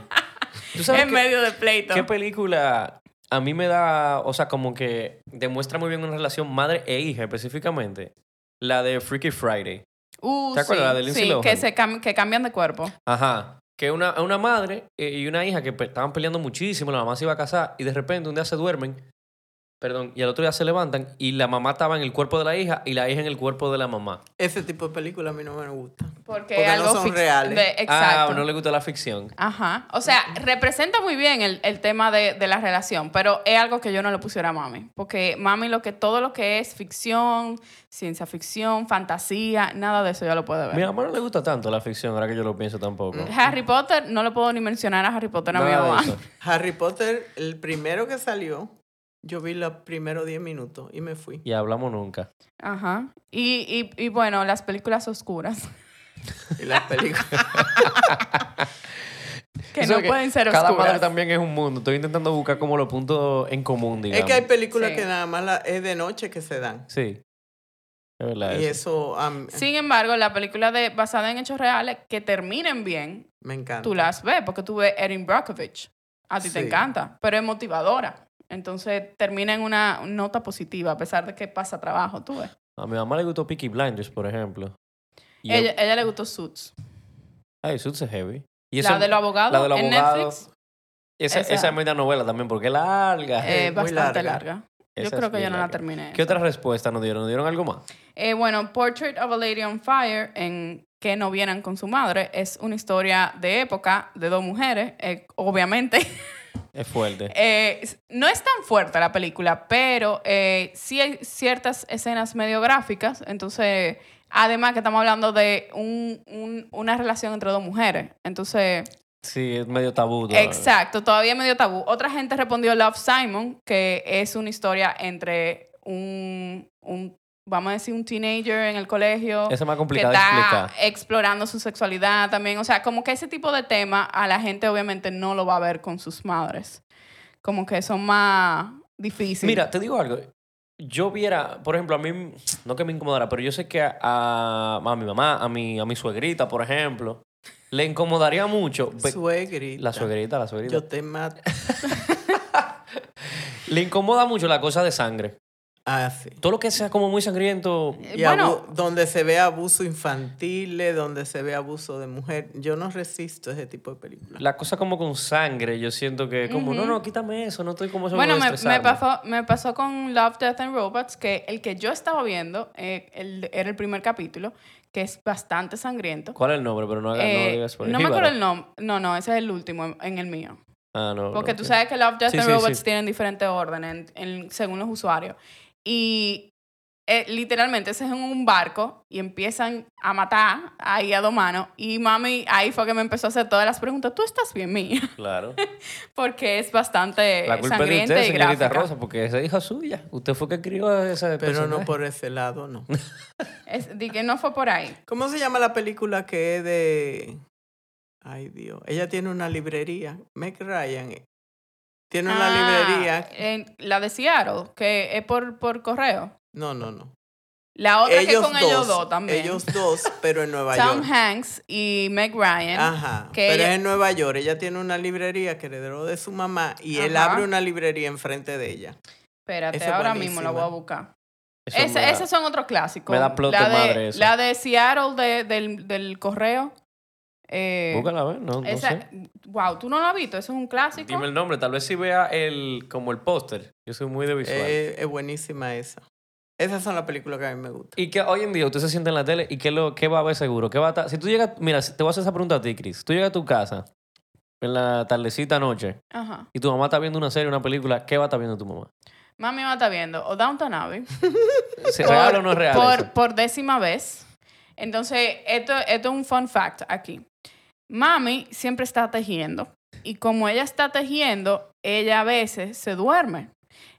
Speaker 1: ¿Tú sabes
Speaker 2: en
Speaker 1: qué-
Speaker 2: medio del pleito.
Speaker 1: ¿Qué película a mí me da, o sea, como que demuestra muy bien una relación madre e hija específicamente? La de Freaky Friday.
Speaker 2: Uh,
Speaker 1: ¿Te acuerdas
Speaker 2: sí,
Speaker 1: la de Lindsay
Speaker 2: sí,
Speaker 1: Lohan?
Speaker 2: que, se cam- que cambian de cuerpo.
Speaker 1: Ajá. Que una, una madre eh, y una hija que pe- estaban peleando muchísimo, la mamá se iba a casar y de repente un día se duermen, perdón, y al otro día se levantan y la mamá estaba en el cuerpo de la hija y la hija en el cuerpo de la mamá.
Speaker 3: Ese tipo de película a mí no me gusta.
Speaker 2: Porque,
Speaker 3: Porque
Speaker 2: algo
Speaker 3: no son
Speaker 2: fix-
Speaker 3: reales.
Speaker 2: de-
Speaker 1: Ah,
Speaker 2: exacto.
Speaker 1: no le gusta la ficción.
Speaker 2: Ajá. O sea, representa muy bien el, el tema de, de la relación, pero es algo que yo no le pusiera a mami. Porque mami, lo que, todo lo que es ficción, ciencia ficción, fantasía, nada de eso ya lo puede ver.
Speaker 1: Mi mamá no le gusta tanto la ficción, ahora que yo lo pienso tampoco.
Speaker 2: Harry Potter, no le puedo ni mencionar a Harry Potter a mi
Speaker 1: Nada de
Speaker 2: mamá.
Speaker 1: eso.
Speaker 3: Harry Potter, el primero que salió, yo vi los primeros 10 minutos y me fui.
Speaker 1: Y hablamos nunca.
Speaker 2: Ajá. Y, y, y bueno, las películas oscuras,
Speaker 3: Y las películas.
Speaker 2: que
Speaker 1: Eso
Speaker 2: no
Speaker 1: es
Speaker 2: pueden ser
Speaker 1: Cada
Speaker 2: oscuras.
Speaker 1: madre también es un mundo. Estoy intentando buscar como los puntos en común, digamos.
Speaker 3: es que hay películas
Speaker 2: Sí.
Speaker 3: que nada más la- es de noche que se dan.
Speaker 1: Sí. Es verdad.
Speaker 3: Y
Speaker 1: eso.
Speaker 3: eso a mí-
Speaker 2: Sin embargo, la película de, basada en hechos reales que terminen bien,
Speaker 3: me encanta.
Speaker 2: tú las ves, porque tú ves Erin Brockovich. A ti te
Speaker 3: Sí.
Speaker 2: encanta, pero es motivadora. Entonces termina en una nota positiva, a pesar de que pasa trabajo, tú ves.
Speaker 1: A mi mamá le gustó Peaky Blinders, por ejemplo. Y
Speaker 2: Ella, ella le gustó Suits.
Speaker 1: Ay, Suits es heavy. Y
Speaker 2: La
Speaker 1: esa-
Speaker 2: de los abogados
Speaker 1: la de los
Speaker 2: Ah, en
Speaker 1: abogados,
Speaker 2: Netflix
Speaker 1: Esa,
Speaker 2: esa-
Speaker 1: esa. es media novela también, porque es larga.
Speaker 2: es
Speaker 3: muy
Speaker 2: eh, bastante
Speaker 3: larga.
Speaker 2: larga. Yo
Speaker 1: Esa
Speaker 2: creo
Speaker 1: es
Speaker 2: que yo
Speaker 1: bien
Speaker 2: no la
Speaker 1: larga.
Speaker 2: terminé.
Speaker 1: ¿Qué otra respuesta nos dieron? ¿Nos dieron algo más?
Speaker 2: Eh, bueno, Portrait of a Lady on Fire, en Que no vieran con su madre, es una historia de época de dos mujeres, eh, obviamente.
Speaker 1: Es fuerte.
Speaker 2: Eh, s- no es tan fuerte la película, pero eh, sí hay ciertas escenas medio gráficas. Entonces, además que estamos hablando de un- un- una relación entre dos mujeres. Entonces,
Speaker 1: Sí, es medio tabú. todavía.
Speaker 2: Exacto, todavía medio tabú. Otra gente respondió Love Simon, que es una historia entre un, un vamos a decir, un teenager en el colegio
Speaker 1: Eso es más
Speaker 2: que
Speaker 1: complicado de
Speaker 2: está
Speaker 1: explicar.
Speaker 2: explorando su sexualidad también. O sea, como que ese tipo de tema a la gente obviamente no lo va a ver con sus madres. Como que son más difíciles.
Speaker 1: Mira, te digo algo. Yo viera, por ejemplo, a mí, no que me incomodara, pero yo sé que a, a- a mi mamá, a mi, a mi suegrita, por ejemplo, le incomodaría mucho. ve-
Speaker 3: Suegrita.
Speaker 1: Pues, La suegrita, la suegrita.
Speaker 3: Yo te mato.
Speaker 1: Le incomoda mucho la cosa de sangre.
Speaker 3: Ah, sí.
Speaker 1: Todo lo que sea como muy sangriento.
Speaker 2: Eh,
Speaker 3: Y
Speaker 2: bueno,
Speaker 3: abu- donde se ve abuso infantil, eh, donde se ve abuso de mujer. Yo no resisto ese tipo de películas.
Speaker 1: La cosa como con sangre, yo siento que como, no,
Speaker 2: Ujú.
Speaker 1: no, quítame eso, no estoy como eso
Speaker 2: Bueno,
Speaker 1: puede
Speaker 2: me, me
Speaker 1: estresarme.
Speaker 2: pasó, me pasó con Love, Death and Robots, que el que yo estaba viendo eh, el- era el primer capítulo, que es bastante sangriento.
Speaker 1: ¿Cuál es el nombre? Pero no, haga- no
Speaker 2: Eh,
Speaker 1: digas por
Speaker 2: no me acuerdo el nombre. No, no, ese es el último en, en el mío.
Speaker 1: Ah, no.
Speaker 2: Porque
Speaker 1: no,
Speaker 2: tú
Speaker 1: ok.
Speaker 2: sabes que Love, Death
Speaker 1: Sí,
Speaker 2: and
Speaker 1: sí,
Speaker 2: Robots
Speaker 1: sí.
Speaker 2: tienen diferentes órdenes en- en- según los usuarios. Y eh, literalmente ese es en un barco y empiezan a matar ahí a dos manos. Y mami, ahí fue que me empezó a hacer todas las preguntas. ¿Tú estás bien, mía?
Speaker 1: Claro.
Speaker 2: Porque es bastante
Speaker 1: La culpa es de
Speaker 2: sangrienta
Speaker 1: usted,
Speaker 2: y
Speaker 1: señorita
Speaker 2: gráfica.
Speaker 1: Rosa, porque esa es hija suya. Usted fue que crió a esa
Speaker 3: Pero no
Speaker 1: personaje.
Speaker 3: por ese lado, no.
Speaker 2: Es- di que no fue por ahí.
Speaker 3: ¿Cómo se llama la película que es de. Ay, Dios. Ella tiene una librería. Meg Ryan. eh, Tiene una
Speaker 2: Ah,
Speaker 3: librería.
Speaker 2: en- la de Seattle, que es por, por correo.
Speaker 3: No, no, no.
Speaker 2: La otra que es con ellos dos también.
Speaker 3: Ellos dos, Ah, pero en Nueva
Speaker 2: Tom
Speaker 3: York.
Speaker 2: Hanks y Meg Ryan.
Speaker 3: Ajá.
Speaker 2: que
Speaker 3: pero
Speaker 2: ella-
Speaker 3: es en Nueva York. Ella tiene una librería que heredó de su mamá y él
Speaker 2: Ajá.
Speaker 3: abre una librería enfrente de ella.
Speaker 2: Espérate,
Speaker 3: esa es
Speaker 2: ahora
Speaker 3: buenísima.
Speaker 2: mismo la voy a buscar.
Speaker 1: Eso
Speaker 2: Esa-
Speaker 1: me da-
Speaker 2: esos son otros clásicos.
Speaker 1: me da plot
Speaker 2: la
Speaker 1: de madre eso.
Speaker 2: La de Seattle de- del, del correo. Eh,
Speaker 1: Búscala, a ver, no, no
Speaker 2: esa-
Speaker 1: sé.
Speaker 2: Wow, tú no lo has visto, eso es un clásico.
Speaker 1: Dime el nombre, tal vez si vea el, como el póster. Yo soy muy de visual.
Speaker 3: Eh, es buenísima esa. Esas son las películas que a mí me gustan.
Speaker 1: Y que hoy en día usted se sienta en la tele y qué, lo, qué va a ver seguro. ¿Qué va a estar- Si tú llegas, mira, si- te voy a hacer esa pregunta a ti, Chris. Tú llegas a tu casa en la tardecita noche
Speaker 2: Ajá.
Speaker 1: y tu mamá está viendo una serie, una película, ¿qué va a estar viendo tu mamá?
Speaker 2: Mami va a estar viendo o Downton Abbey.
Speaker 1: ¿Es ¿Real o no es real?
Speaker 2: Por,
Speaker 1: eso?
Speaker 2: por décima vez. Entonces, esto, esto es un fun fact aquí. Mami siempre está tejiendo. Y como ella está tejiendo, ella a veces se duerme.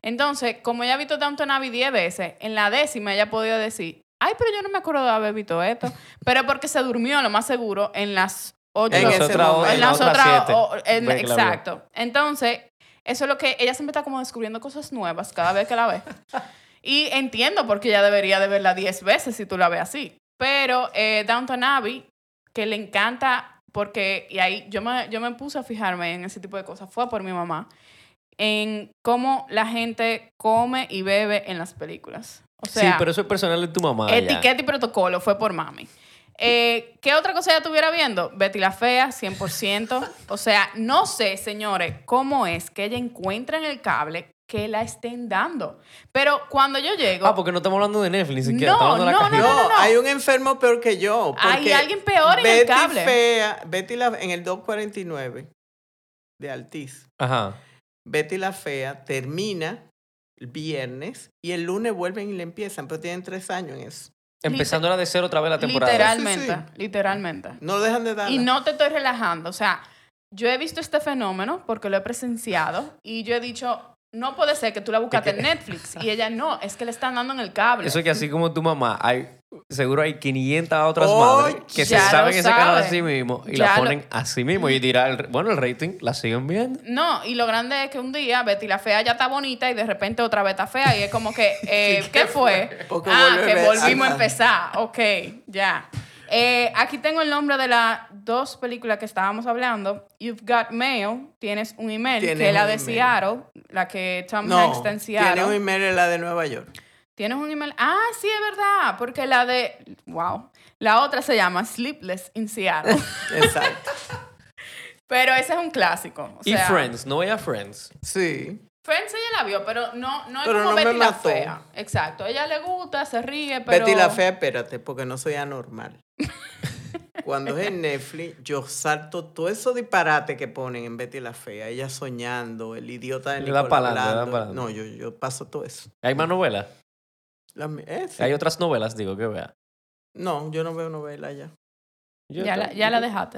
Speaker 2: Entonces, como ella ha visto Downton Abbey 10 veces, en la décima ella ha podido decir, ay, pero yo no me acuerdo de haber visto esto. Pero porque se durmió, lo más seguro, en las ocho
Speaker 1: En
Speaker 3: En
Speaker 1: las
Speaker 3: ese
Speaker 1: otras
Speaker 3: momento.
Speaker 1: en
Speaker 2: en
Speaker 1: las
Speaker 2: las
Speaker 1: otras
Speaker 2: otras-
Speaker 1: siete.
Speaker 2: o- en-
Speaker 1: Ve que la vio.
Speaker 2: exacto. Entonces, eso es lo que ella siempre está como descubriendo cosas nuevas cada vez que la ve. y entiendo porque ella debería de verla 10 veces si tú la ves así. Pero eh, Downton Abbey, que le encanta porque, y ahí yo me, yo me puse a fijarme en ese tipo de cosas, fue por mi mamá, en cómo la gente come y bebe en las películas. O sea,
Speaker 1: sí, pero eso es personal de tu mamá. Ah, ya.
Speaker 2: Etiqueta y protocolo fue por mami. Eh, ¿Qué otra cosa ya estuviera viendo? Betty la Fea, 100%. O sea, no sé, señores, cómo es que ella encuentra en el cable que la estén dando. Pero cuando yo llego,
Speaker 1: Ah, porque no estamos hablando de Netflix ni siquiera.
Speaker 2: No,
Speaker 1: estamos hablando de la
Speaker 2: No,
Speaker 3: No,
Speaker 1: cajita.
Speaker 2: no, no, no.
Speaker 3: hay un enfermo peor que yo.
Speaker 2: Hay
Speaker 3: porque
Speaker 2: alguien peor en el
Speaker 3: Betty
Speaker 2: cable.
Speaker 3: Fea, Betty la, en el 249 de Altiz,
Speaker 1: Ajá.
Speaker 3: Betty la Fea termina el viernes y el lunes vuelven y le empiezan, pero tienen tres años en eso.
Speaker 1: Empezando la de cero otra vez la temporada.
Speaker 2: literalmente,
Speaker 3: Sí,
Speaker 2: literalmente.
Speaker 3: No lo dejan de dar.
Speaker 2: Y no te estoy relajando. O sea, yo he visto este fenómeno porque lo he presenciado y yo he dicho, no puede ser que tú la buscaste en Netflix. Y ella, no, es que le están dando en el cable.
Speaker 1: Eso que así como tu mamá, hay seguro hay 500 otras
Speaker 3: Oh,
Speaker 1: madres que se
Speaker 2: ya lo
Speaker 1: saben ese canal
Speaker 2: saben.
Speaker 1: así mismo y
Speaker 2: Ya
Speaker 1: la
Speaker 2: lo-
Speaker 1: ponen así mismo y dirá, el- bueno, el rating la siguen viendo.
Speaker 2: No, y lo grande es que un día Betty la fea ya está bonita y de repente otra vez está fea y es como que, eh, ¿qué, fue?
Speaker 3: Porque
Speaker 2: Ah,
Speaker 3: vuelve
Speaker 2: que
Speaker 3: Betty.
Speaker 2: volvimos a
Speaker 3: Ajá.
Speaker 2: empezar. Ok, ya. Eh, aquí tengo el nombre de las dos películas que estábamos hablando. You've Got Mail, tienes un email,
Speaker 3: Tienes
Speaker 2: que es la
Speaker 3: un
Speaker 2: de
Speaker 3: email.
Speaker 2: Seattle, la que Tom Hanks
Speaker 3: no
Speaker 2: está en
Speaker 3: tiene
Speaker 2: Seattle.
Speaker 3: un email en la de Nueva York.
Speaker 2: Tienes un email. Ah, sí, es verdad, porque la de... Wow. La otra se llama Sleepless in Seattle.
Speaker 3: Exacto. pero
Speaker 2: Pero ese es un clásico. O
Speaker 1: Y
Speaker 2: sea,
Speaker 1: Friends, no vaya Friends.
Speaker 3: sí.
Speaker 2: Friends ella la vio, pero no, no es
Speaker 3: Pero
Speaker 2: como
Speaker 3: no me
Speaker 2: Betty la
Speaker 3: mató.
Speaker 2: fea. Exacto. Ella le gusta, se ríe, pero.
Speaker 3: Betty la Fea, espérate, porque no soy anormal. Cuando es en Netflix, yo salto todo eso disparate que ponen en Betty la Fea, ella soñando, el idiota de
Speaker 1: Le da
Speaker 3: Nicolás
Speaker 1: pa'lante, le da
Speaker 3: Blando.
Speaker 1: pa'lante.
Speaker 3: No, yo, yo paso todo eso.
Speaker 1: Hay más novelas.
Speaker 3: La mi- eh, sí.
Speaker 1: Hay otras novelas, digo, que vea.
Speaker 3: No, yo no veo novela ya.
Speaker 1: Yo
Speaker 2: Ya
Speaker 1: ta-
Speaker 2: la, ya la
Speaker 1: yo-
Speaker 2: dejaste.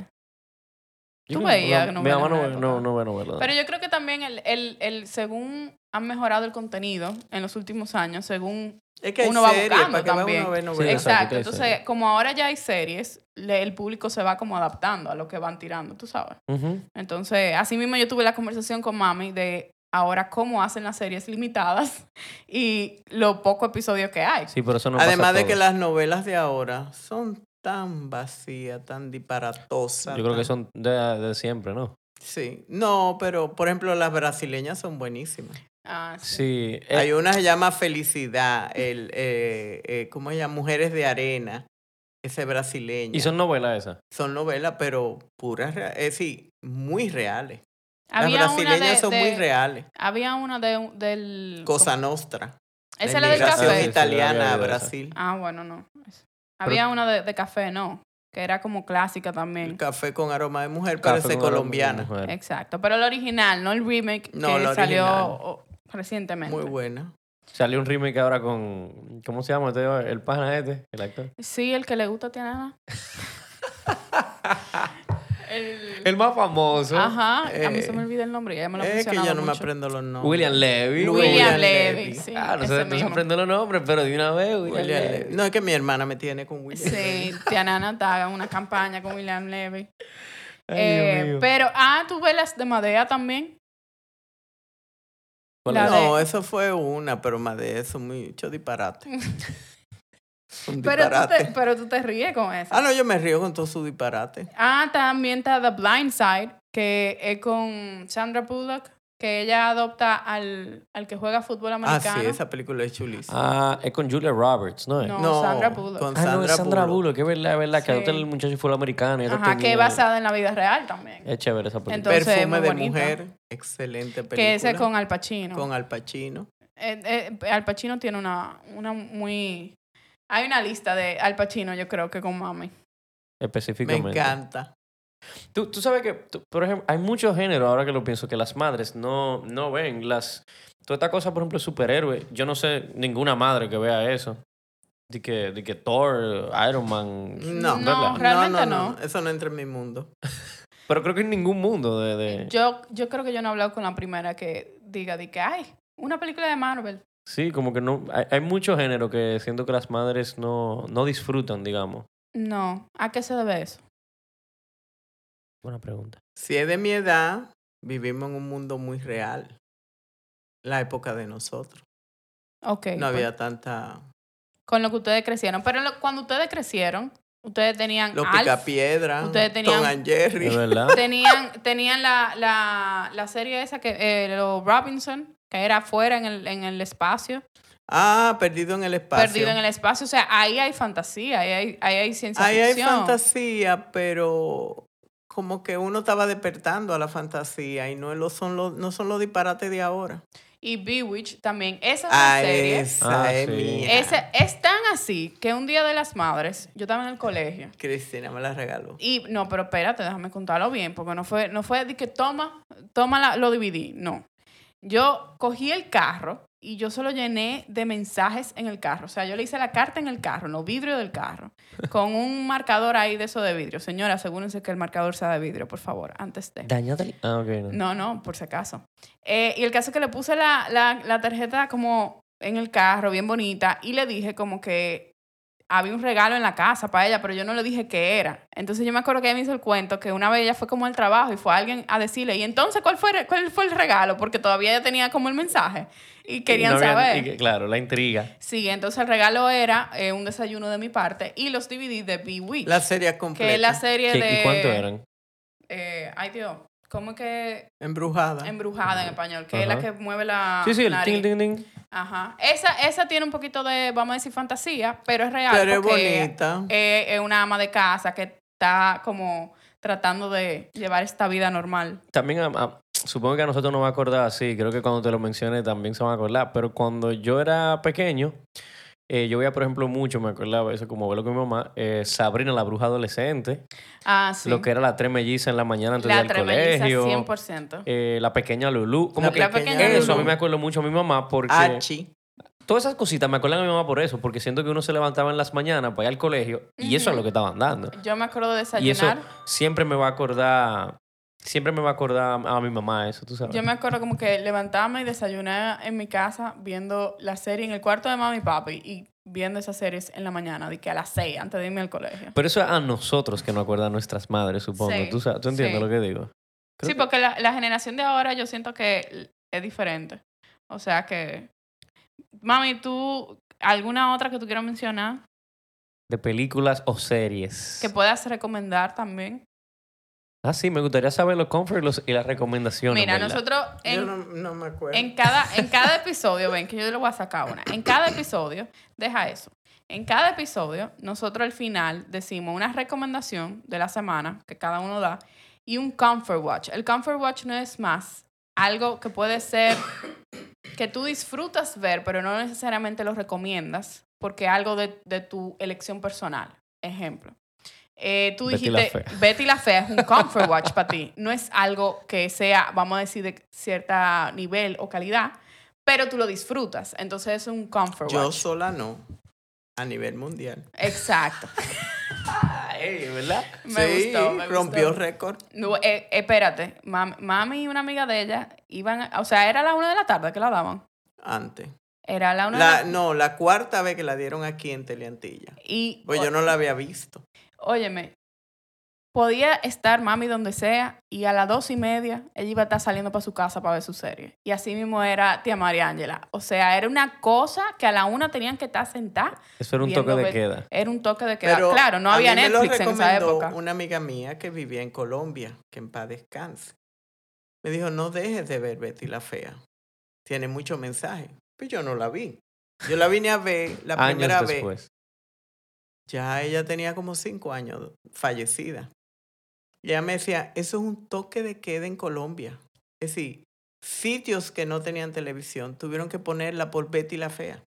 Speaker 1: Yo
Speaker 2: Tú
Speaker 1: creo que
Speaker 2: veías
Speaker 1: no- Mi
Speaker 2: novelas
Speaker 1: mamá
Speaker 2: en
Speaker 1: no,
Speaker 2: una
Speaker 1: no,
Speaker 2: época.
Speaker 1: no ve novelas.
Speaker 2: Pero yo creo que también el, el, el- según han mejorado el contenido en los últimos años, según...
Speaker 3: Es que hay
Speaker 2: uno va
Speaker 3: series,
Speaker 2: buscando
Speaker 3: ¿para qué va
Speaker 2: también.
Speaker 3: uno a ver
Speaker 1: Sí,
Speaker 3: novelas?
Speaker 1: exacto,
Speaker 2: exacto.
Speaker 1: que hay
Speaker 2: Entonces,
Speaker 1: series.
Speaker 2: como ahora ya hay series, le- el público se va como adaptando a lo que van tirando, tú sabes.
Speaker 1: Ujú.
Speaker 2: Entonces, así mismo yo tuve la conversación con mami de ahora cómo hacen las series limitadas y lo poco episodio que hay.
Speaker 1: Sí, pero eso no pasa
Speaker 3: Además de
Speaker 1: todo.
Speaker 3: que las novelas de ahora son tan vacías, tan disparatosas.
Speaker 1: Yo creo que
Speaker 3: tan-
Speaker 1: son de, de siempre, ¿no?
Speaker 3: Sí. No, pero por ejemplo, las brasileñas son buenísimas.
Speaker 2: Ah, sí.
Speaker 1: Sí. eh,
Speaker 3: Hay una que se llama Felicidad, el, eh, eh, ¿cómo se llama? Mujeres de Arena. Ese brasileño.
Speaker 1: y son novelas esas.
Speaker 3: Son novelas, pero puras, rea- es decir, muy reales.
Speaker 2: Había
Speaker 3: las
Speaker 2: una
Speaker 3: brasileñas
Speaker 2: de,
Speaker 3: son
Speaker 2: de-
Speaker 3: muy reales.
Speaker 2: Había una de, un- del...
Speaker 3: Cosa Nostra.
Speaker 2: ¿cómo? Esa
Speaker 3: la
Speaker 2: era del
Speaker 1: Ah, sí,
Speaker 3: inmigración
Speaker 1: sí,
Speaker 2: café.
Speaker 1: sí,
Speaker 3: italiana
Speaker 1: había
Speaker 3: a
Speaker 1: oído esa.
Speaker 3: Brasil.
Speaker 2: Ah, bueno, no. Eso. Había una de, de café, no, que era como clásica también.
Speaker 3: El café con aroma de mujer, parece
Speaker 1: Café con aroma de
Speaker 3: colombiana.
Speaker 1: mujer.
Speaker 2: Exacto, pero el original, no el remake
Speaker 3: No,
Speaker 2: que
Speaker 3: la
Speaker 2: salió
Speaker 3: original.
Speaker 2: oh, recientemente.
Speaker 3: Muy buena.
Speaker 1: Salió un remake ahora con. ¿Cómo se llama? este? El pana este, el actor.
Speaker 2: Sí, el que le gusta a Tiana. el...
Speaker 1: El más famoso.
Speaker 2: Ajá, a mí se me
Speaker 3: Eh,
Speaker 2: olvida el nombre, ya me lo ha
Speaker 3: Es que yo
Speaker 2: mencionado
Speaker 3: no me
Speaker 2: mucho.
Speaker 3: aprendo los nombres.
Speaker 1: William Levy.
Speaker 3: William
Speaker 2: William
Speaker 3: Levy.
Speaker 2: Levy, sí.
Speaker 1: Ah, no
Speaker 2: ese
Speaker 1: se, no se
Speaker 2: mismo. Eh,
Speaker 1: aprendió los nombres, pero de una vez, William,
Speaker 3: William
Speaker 1: Levy.
Speaker 3: Levy. No, es que mi hermana me tiene con William
Speaker 2: Sí,
Speaker 3: Levy.
Speaker 2: Tiana está en una campaña con William Levy.
Speaker 1: Ay,
Speaker 2: Eh,
Speaker 1: Dios mío.
Speaker 2: pero, ah, tú ves las de Madea también.
Speaker 1: ¿Cuál
Speaker 2: la
Speaker 1: es?
Speaker 2: de-
Speaker 3: No, eso fue una, pero más de eso, mucho disparate. Un
Speaker 2: Pero tú,
Speaker 3: disparate.
Speaker 2: te, pero tú te ríes con eso.
Speaker 3: Ah, no, yo me río con todo su disparate.
Speaker 2: Ah, también está The Blind Side, que es con Sandra Bullock, que ella adopta al, al que juega fútbol
Speaker 3: Ah,
Speaker 2: americano.
Speaker 3: sí, esa película es chulísima.
Speaker 1: Ah, es con Julia Roberts, ¿no es?
Speaker 2: No,
Speaker 3: no,
Speaker 2: Sandra Bullock.
Speaker 3: con
Speaker 1: Ah, no, es
Speaker 3: Sandra
Speaker 1: Sandra
Speaker 3: Bullock.
Speaker 1: Bullock, que es verdad, es verdad,
Speaker 2: Sí.
Speaker 1: que adopta el muchacho fue americano. y ella
Speaker 2: Ajá, que
Speaker 1: tenía-
Speaker 2: es basada en la vida real también.
Speaker 1: Es chévere esa película.
Speaker 2: Entonces,
Speaker 3: Perfume
Speaker 2: muy
Speaker 3: de
Speaker 2: bonita.
Speaker 3: mujer, excelente película.
Speaker 2: que ese es con Al Pacino.
Speaker 3: con Al Pacino.
Speaker 2: Eh, eh, Al Pacino tiene una, una muy... Hay una lista de Al Pacino, yo creo que con mami.
Speaker 3: Me
Speaker 1: específicamente.
Speaker 3: encanta.
Speaker 1: Tú, tú sabes que, tú- por ejemplo, hay muchos géneros, ahora que lo pienso, que las madres no, no ven. las Toda esta cosa, por ejemplo, superhéroes. Yo no sé ninguna madre que vea eso. De que, de que Thor, Iron Man.
Speaker 3: No,
Speaker 2: No,
Speaker 1: ¿verdad?
Speaker 2: realmente no.
Speaker 3: Eso no entra en mi mundo.
Speaker 1: Pero creo que en ningún mundo de... de-
Speaker 2: Eh, Yo, yo creo que yo no he hablado con la primera que diga de que, ay, una película de Marvel.
Speaker 1: Sí, como que no... Hay, hay muchos géneros que siento que las madres no, no disfrutan, digamos.
Speaker 2: No, ¿a qué se debe eso?
Speaker 1: Buena pregunta.
Speaker 3: Si es de mi edad, vivimos en un mundo muy real. La época de nosotros.
Speaker 2: Ok. pues.
Speaker 3: No había tanta...
Speaker 2: con lo que ustedes crecieron. Pero lo- cuando ustedes crecieron, ustedes tenían
Speaker 3: Los
Speaker 2: Mm, Alf,
Speaker 3: Picapiedra,
Speaker 2: Ustedes
Speaker 3: Tom
Speaker 2: tenían-
Speaker 3: and Jerry.
Speaker 1: Es verdad.
Speaker 2: tenían, tenían la, la, la serie esa que eh, los Robinson, que era afuera en el, en el espacio,
Speaker 3: Ah, Perdido en el Espacio.
Speaker 2: perdido en el espacio. O sea, ahí hay fantasía, ahí hay, ahí hay ciencia
Speaker 3: Ahí hay
Speaker 2: ficción.
Speaker 3: fantasía, pero como que uno estaba despertando a la fantasía y no, lo son, los, no son los disparates de ahora.
Speaker 2: Y Bewitch también. Esas dos
Speaker 3: Ah,
Speaker 2: series.
Speaker 3: esa
Speaker 1: Ah,
Speaker 3: es
Speaker 1: sí.
Speaker 3: mía.
Speaker 2: Ese, es tan así que un día de las madres, yo estaba en el colegio.
Speaker 3: Cristina me la regaló.
Speaker 2: Y no, pero espérate, déjame contarlo bien, porque no fue, no fue de que toma, toma la- lo dividí. No. Yo cogí el carro y yo se lo llené de mensajes en el carro. O sea, yo le hice la carta en el carro, en los vidrios del carro, con un marcador ahí de eso de vidrio. Señora, asegúrense que el marcador sea de vidrio, por favor, antes de.
Speaker 1: Dañate. Ah, ok. No.
Speaker 2: No, no, por si acaso. Eh, y el caso es que le puse la, la, la tarjeta como en el carro, bien bonita, y le dije como que había un regalo en la casa para ella, pero yo no le dije qué era. Entonces yo me acuerdo que ella me hizo el cuento que una vez ella fue como al trabajo y fue alguien a decirle, ¿y entonces cuál fue, cuál fue el regalo? Porque todavía ella tenía como el mensaje y querían
Speaker 1: No había-
Speaker 2: saber.
Speaker 1: y que- claro, la intriga.
Speaker 2: Sí, entonces el regalo era eh, un desayuno de mi parte y los DVD de Bewitched,
Speaker 3: La serie completa.
Speaker 2: que es la serie
Speaker 1: ¿Qué-
Speaker 2: de...
Speaker 1: ¿Y cuánto eran?
Speaker 2: eh, ay Dios, ¿cómo que
Speaker 3: Embrujada.
Speaker 2: embrujada en español, que es la
Speaker 1: Ajá.
Speaker 2: que mueve la
Speaker 1: Sí, sí, el ting,
Speaker 2: nariz.
Speaker 1: ting, ting.
Speaker 2: Ajá. Esa, esa tiene un poquito de, vamos a decir, fantasía, pero es real.
Speaker 3: Pero es
Speaker 2: porque
Speaker 3: bonita.
Speaker 2: es- es una ama de casa que está como tratando de llevar esta vida normal.
Speaker 1: También a- a- supongo que a nosotros nos va a acordar así. Creo que cuando te lo mencione también se van a acordar. Pero cuando yo era pequeño, eh, yo veía, por ejemplo, mucho, me acordaba eso, como verlo con mi mamá, eh, Sabrina, la bruja adolescente,
Speaker 2: Ah, sí.
Speaker 1: lo que era la tres melliza en la mañana antes
Speaker 2: la
Speaker 1: del
Speaker 2: tremeliza,
Speaker 1: colegio.
Speaker 2: 100%.
Speaker 1: eh, la pequeña Lulú. Como
Speaker 3: La
Speaker 1: que
Speaker 2: la
Speaker 3: pequeña
Speaker 2: pequeña
Speaker 1: eso a mí
Speaker 2: Lulú. Ah,
Speaker 1: me acuerdo mucho a mi mamá porque
Speaker 3: Archie.
Speaker 1: todas esas cositas me acuerdan a mi mamá por eso, porque siento que uno se levantaba en las mañanas para ir al colegio y eso es
Speaker 2: Ujú.
Speaker 1: lo que estaban dando.
Speaker 2: Yo me acuerdo de
Speaker 1: Y eso
Speaker 2: desayunar.
Speaker 1: siempre me va a acordar Siempre me va a acordar a mi mamá eso, tú sabes.
Speaker 2: Yo me acuerdo como que levantarme y desayunar en mi casa viendo la serie en el cuarto de mami y papi y viendo esas series en la mañana, de que a las 6 antes de irme al colegio.
Speaker 1: Pero eso es a nosotros que nos acuerdan nuestras madres, supongo.
Speaker 2: Sí,
Speaker 1: ¿Tú, sabes- tú entiendes
Speaker 2: sí.
Speaker 1: lo que digo? Creo
Speaker 2: sí,
Speaker 1: que-
Speaker 2: porque la, la generación de ahora yo siento que es diferente. O sea que. Mami, ¿tú alguna otra que tú quieras mencionar
Speaker 1: De películas o series.
Speaker 2: que puedas recomendar también?
Speaker 1: Ah, sí, me gustaría saber los comfort y, los- y las recomendaciones.
Speaker 2: Mira,
Speaker 1: ¿verdad?
Speaker 2: nosotros
Speaker 3: Yo
Speaker 2: en,
Speaker 3: no, no me acuerdo.
Speaker 2: en, cada, en cada episodio, ven que yo le voy a sacar una. En cada episodio, deja eso. En cada episodio, nosotros al final decimos una recomendación de la semana que cada uno da y un comfort watch. El comfort watch no es más algo que puede ser que tú disfrutas ver, pero no necesariamente lo recomiendas porque algo de, de tu elección personal. Ejemplo. eh, tú
Speaker 1: Betty la
Speaker 2: dijiste, Betty la Fea es un comfort watch para ti. No es algo que sea, vamos a decir, de cierto nivel o calidad, pero tú lo disfrutas. Entonces es un comfort
Speaker 3: Yo
Speaker 2: watch.
Speaker 3: sola no. A nivel mundial.
Speaker 2: Exacto.
Speaker 1: Ay, ¿verdad?
Speaker 2: Me
Speaker 3: Sí,
Speaker 2: gustó. me
Speaker 3: rompió
Speaker 2: gustó.
Speaker 3: récord.
Speaker 2: No, eh, espérate, mam- mami y una amiga de ella iban, a- o sea, era a la una de la tarde que la daban.
Speaker 3: Antes.
Speaker 2: Era a la una de
Speaker 3: La,
Speaker 2: la-
Speaker 3: no, la cuarta vez que la dieron aquí en Teleantilla.
Speaker 2: Y,
Speaker 3: Pues yo no la había visto.
Speaker 2: óyeme, podía estar mami donde sea y a las dos y media ella iba a estar saliendo para su casa para ver su serie. Y así mismo era tía María Ángela. O sea, era una cosa que a la una tenían que estar sentada.
Speaker 1: Eso era un
Speaker 2: viendo
Speaker 1: toque de
Speaker 2: Bet-
Speaker 1: queda.
Speaker 2: Era un toque de queda.
Speaker 3: Pero
Speaker 2: claro, no
Speaker 3: a
Speaker 2: había
Speaker 3: mí me lo
Speaker 2: Netflix en esa
Speaker 3: recomendó
Speaker 2: época.
Speaker 3: Una amiga mía que vivía en Colombia, que en paz descanse, me dijo, no dejes de ver Betty la Fea. Tiene mucho mensaje. Pues yo no la vi. Yo la vine a ver la
Speaker 1: Años
Speaker 3: primera vez.
Speaker 1: después.
Speaker 3: Ya ella tenía como cinco años fallecida. Y ella me decía, eso es un toque de queda en Colombia. Es decir, sitios que no tenían televisión tuvieron que ponerla por Betty la Fea.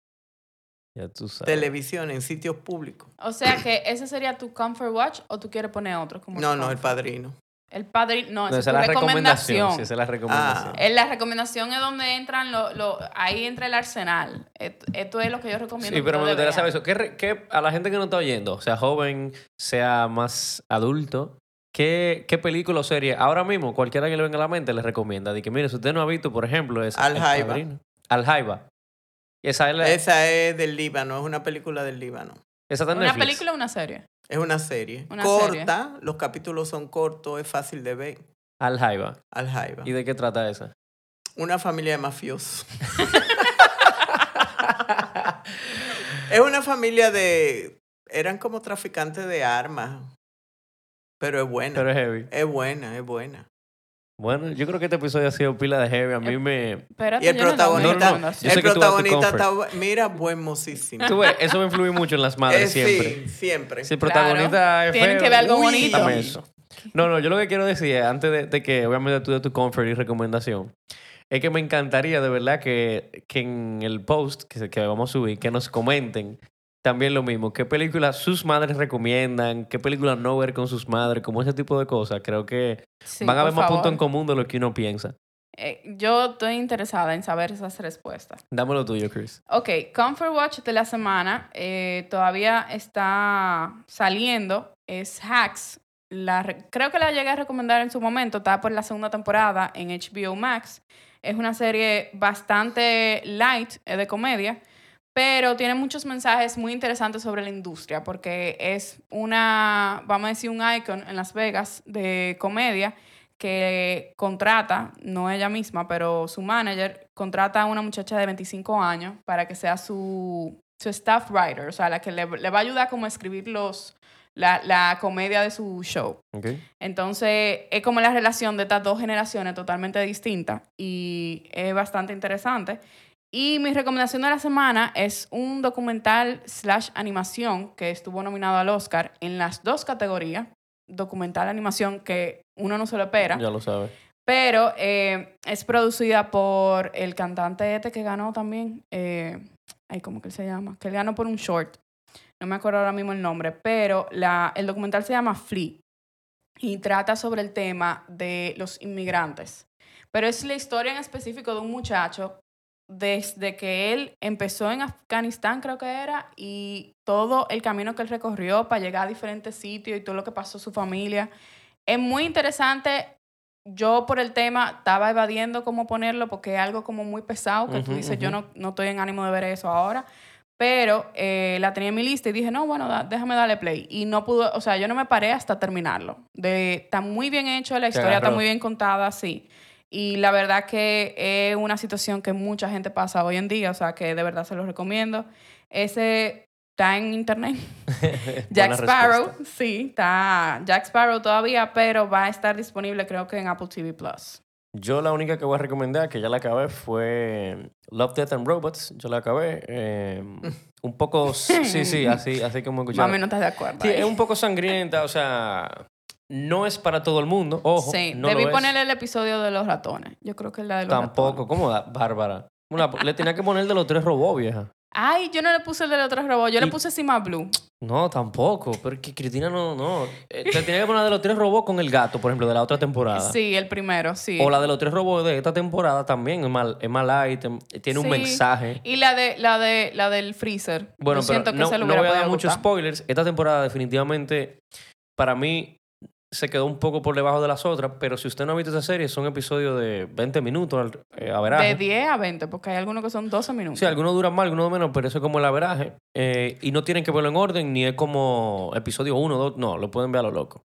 Speaker 1: Ya tú sabes.
Speaker 3: Televisión en sitios públicos.
Speaker 2: O sea que ese sería tu comfort watch o tú quieres poner otro. Como
Speaker 3: No,
Speaker 2: tu
Speaker 3: no, el
Speaker 2: comfort?
Speaker 3: padrino.
Speaker 2: El padre,
Speaker 1: No,
Speaker 2: no, esa es
Speaker 1: esa
Speaker 2: tu
Speaker 1: es la
Speaker 2: recomendación.
Speaker 1: recomendación. Sí, esa es la recomendación.
Speaker 3: Ah.
Speaker 2: Eh, La recomendación es donde entran los, ahí entra el arsenal. Et- Esto es lo que yo
Speaker 1: Sí,
Speaker 2: recomiendo. que
Speaker 1: pero me
Speaker 2: ustedes
Speaker 1: gustaría saber
Speaker 2: vean.
Speaker 1: eso. ¿Qué, re- qué- a la gente que no está oyendo, sea joven, sea más adulto, ¿qué, qué película o serie ahora mismo, cualquiera que le venga a la mente, le recomienda? De que, mire, si usted no ha visto, por ejemplo, es
Speaker 3: Al
Speaker 1: El
Speaker 3: Jaiba.
Speaker 1: Padrino. Al Jaiba. Y Esa es, la-
Speaker 3: Esa es del Líbano, es una película del Líbano.
Speaker 1: esa está en
Speaker 2: ¿Una
Speaker 1: Netflix.
Speaker 2: película o una serie?
Speaker 3: Es una serie.
Speaker 2: Una
Speaker 3: Corta, los capítulos son cortos, es fácil de ver.
Speaker 1: Al Jaiba.
Speaker 3: Al Jaiba.
Speaker 1: ¿Y de qué trata esa?
Speaker 3: Una familia de mafiosos. es una familia de... Eran como traficantes de armas. Pero es buena.
Speaker 1: Pero es heavy.
Speaker 3: Es buena, es buena.
Speaker 1: Bueno, yo creo que este episodio ha sido pila de heavy. A mí me...
Speaker 2: Espérate,
Speaker 3: Y el
Speaker 2: yo no he dado mi
Speaker 1: No, no,
Speaker 3: protagonista...
Speaker 1: no, yo
Speaker 2: recomendación.
Speaker 1: sé
Speaker 3: El
Speaker 1: que tú vas a tu
Speaker 3: protagonista
Speaker 1: comfort.
Speaker 3: está... bu- Mira, buen mocísimo.
Speaker 1: Tú ves, eso me influye mucho en las
Speaker 3: Eh,
Speaker 1: madres
Speaker 3: sí,
Speaker 1: siempre.
Speaker 3: siempre.
Speaker 1: Si el protagonista es
Speaker 2: Tienen
Speaker 1: feo,
Speaker 2: que ver algo
Speaker 1: uy,
Speaker 2: bonito.
Speaker 1: dame eso. No, no, yo lo que quiero decir, es, antes de, de que obviamente tú de tu comfort y recomendación, es que me encantaría de verdad que, que en el post que, se- que vamos a subir, que nos comenten también lo mismo. ¿Qué películas sus madres recomiendan? ¿Qué películas no ver con sus madres? Como ese tipo de cosas. Creo que
Speaker 2: eh, Sí,
Speaker 1: van a haber
Speaker 2: por
Speaker 1: más puntos
Speaker 2: favor.
Speaker 1: en común de lo que uno piensa.
Speaker 2: Eh, yo estoy interesada en saber esas respuestas.
Speaker 1: Dame lo tuyo, Chris.
Speaker 2: Ok, Comfort Watch de la semana eh, todavía está saliendo. Es Hacks. La re- creo que la llegué a recomendar en su momento. Está por la segunda temporada en HBO Max. Es una serie bastante light, es de comedia, pero tiene muchos mensajes muy interesantes sobre la industria porque es una, vamos a decir, un icon en Las Vegas de comedia que contrata, no ella misma, pero su manager, contrata a una muchacha de 25 años para que sea su, su staff writer, o sea, la que le, le va a ayudar como a escribir los, la, la comedia de su show. Entonces, es como la relación de estas dos generaciones totalmente distinta y es bastante interesante. Y mi recomendación de la semana es un documental slash animación que estuvo nominado al Oscar en las dos categorías, documental animación que uno no se lo espera,
Speaker 1: Ya lo sabes.
Speaker 2: pero eh, es producida por el cantante este que ganó también, eh, ay, ¿cómo que él se llama? Que él ganó por un short, no me acuerdo ahora mismo el nombre, pero la, el documental se llama Flea y trata sobre el tema de los inmigrantes. Pero es la historia en específico de un muchacho desde que él empezó en Afganistán, creo que era, y todo el camino que él recorrió para llegar a diferentes sitios y todo lo que pasó su familia. Es muy interesante yo por el tema estaba evadiendo cómo ponerlo porque es algo como muy pesado que tú
Speaker 1: Ujú,
Speaker 2: dices,
Speaker 1: ujú.
Speaker 2: yo no, no estoy en ánimo de ver eso ahora. Pero eh, la tenía en mi lista y dije, no, bueno, da- déjame darle play. Y no pude, o sea, yo no me paré hasta terminarlo. De, está muy bien hecho, la
Speaker 1: Te
Speaker 2: historia está
Speaker 1: agarró.
Speaker 2: muy bien contada, sí. Y la verdad que es una situación que mucha gente pasa hoy en día, o sea, que de verdad se los recomiendo. Ese está en internet. Jack
Speaker 1: Buena
Speaker 2: Sparrow,
Speaker 1: respuesta.
Speaker 2: sí, está Jack Sparrow todavía, pero va a estar disponible creo que en Apple TV Plus.
Speaker 1: Yo la única que voy a recomendar, que ya la acabé, fue Love, Death and Robots. Yo la acabé. eh, un poco. Sí, sí, así, así como escucharon.
Speaker 2: Mami, no estás de acuerdo.
Speaker 1: Sí,
Speaker 2: ahí.
Speaker 1: es un poco sangrienta, o sea, no es para todo el mundo. Ojo,
Speaker 2: Sí,
Speaker 1: no
Speaker 2: debí
Speaker 1: lo es.
Speaker 2: ponerle el episodio de los ratones. Yo creo que es la de los
Speaker 1: Tampoco,
Speaker 2: ratones.
Speaker 1: ¿cómo da? Bárbara. Una- le tenía que poner de los tres robots, vieja.
Speaker 2: Ay, yo no le puse el de los otros robots, yo le
Speaker 1: Y-
Speaker 2: puse Cima Blue.
Speaker 1: No, tampoco, porque Cristina no, no. Eh, Le tenía que poner de los tres robots con el gato, por ejemplo, de la otra temporada.
Speaker 2: Sí, el primero, sí.
Speaker 1: O la de los tres robots de esta temporada también, es mal, es más light, eh, tiene un
Speaker 2: Sí.
Speaker 1: mensaje.
Speaker 2: Y la de la de la del freezer.
Speaker 1: Bueno,
Speaker 2: yo
Speaker 1: pero
Speaker 2: siento que
Speaker 1: no,
Speaker 2: se lo
Speaker 1: no
Speaker 2: hubiera
Speaker 1: voy a dar
Speaker 2: podido
Speaker 1: muchos
Speaker 2: gustar.
Speaker 1: spoilers. Esta temporada definitivamente, para mí, se quedó un poco por debajo de las otras, pero si usted no ha visto esa serie, son episodios de 20 minutos, al- eh, a
Speaker 2: De
Speaker 1: veraje.
Speaker 2: 10 a 20, porque hay algunos que son 12 minutos.
Speaker 1: Sí, algunos duran más, algunos menos, pero eso es como el averaje. Eh, y no tienen que verlo en orden, ni es como episodio 1, 2, no, lo pueden ver a lo loco.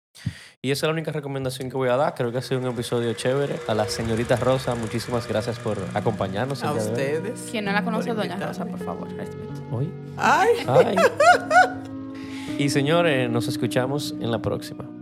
Speaker 1: Y esa es la única recomendación que voy a dar. Creo que ha sido un episodio chévere. A la señorita Rosa, muchísimas gracias por acompañarnos.
Speaker 3: A
Speaker 1: el día de hoy.
Speaker 3: ustedes.
Speaker 2: Quien no la conoce,
Speaker 3: por
Speaker 2: Doña
Speaker 3: invitarme.
Speaker 2: Rosa, por favor, respeto.
Speaker 1: Hoy.
Speaker 3: Ay.
Speaker 1: Ay. Y señores, nos escuchamos en la próxima.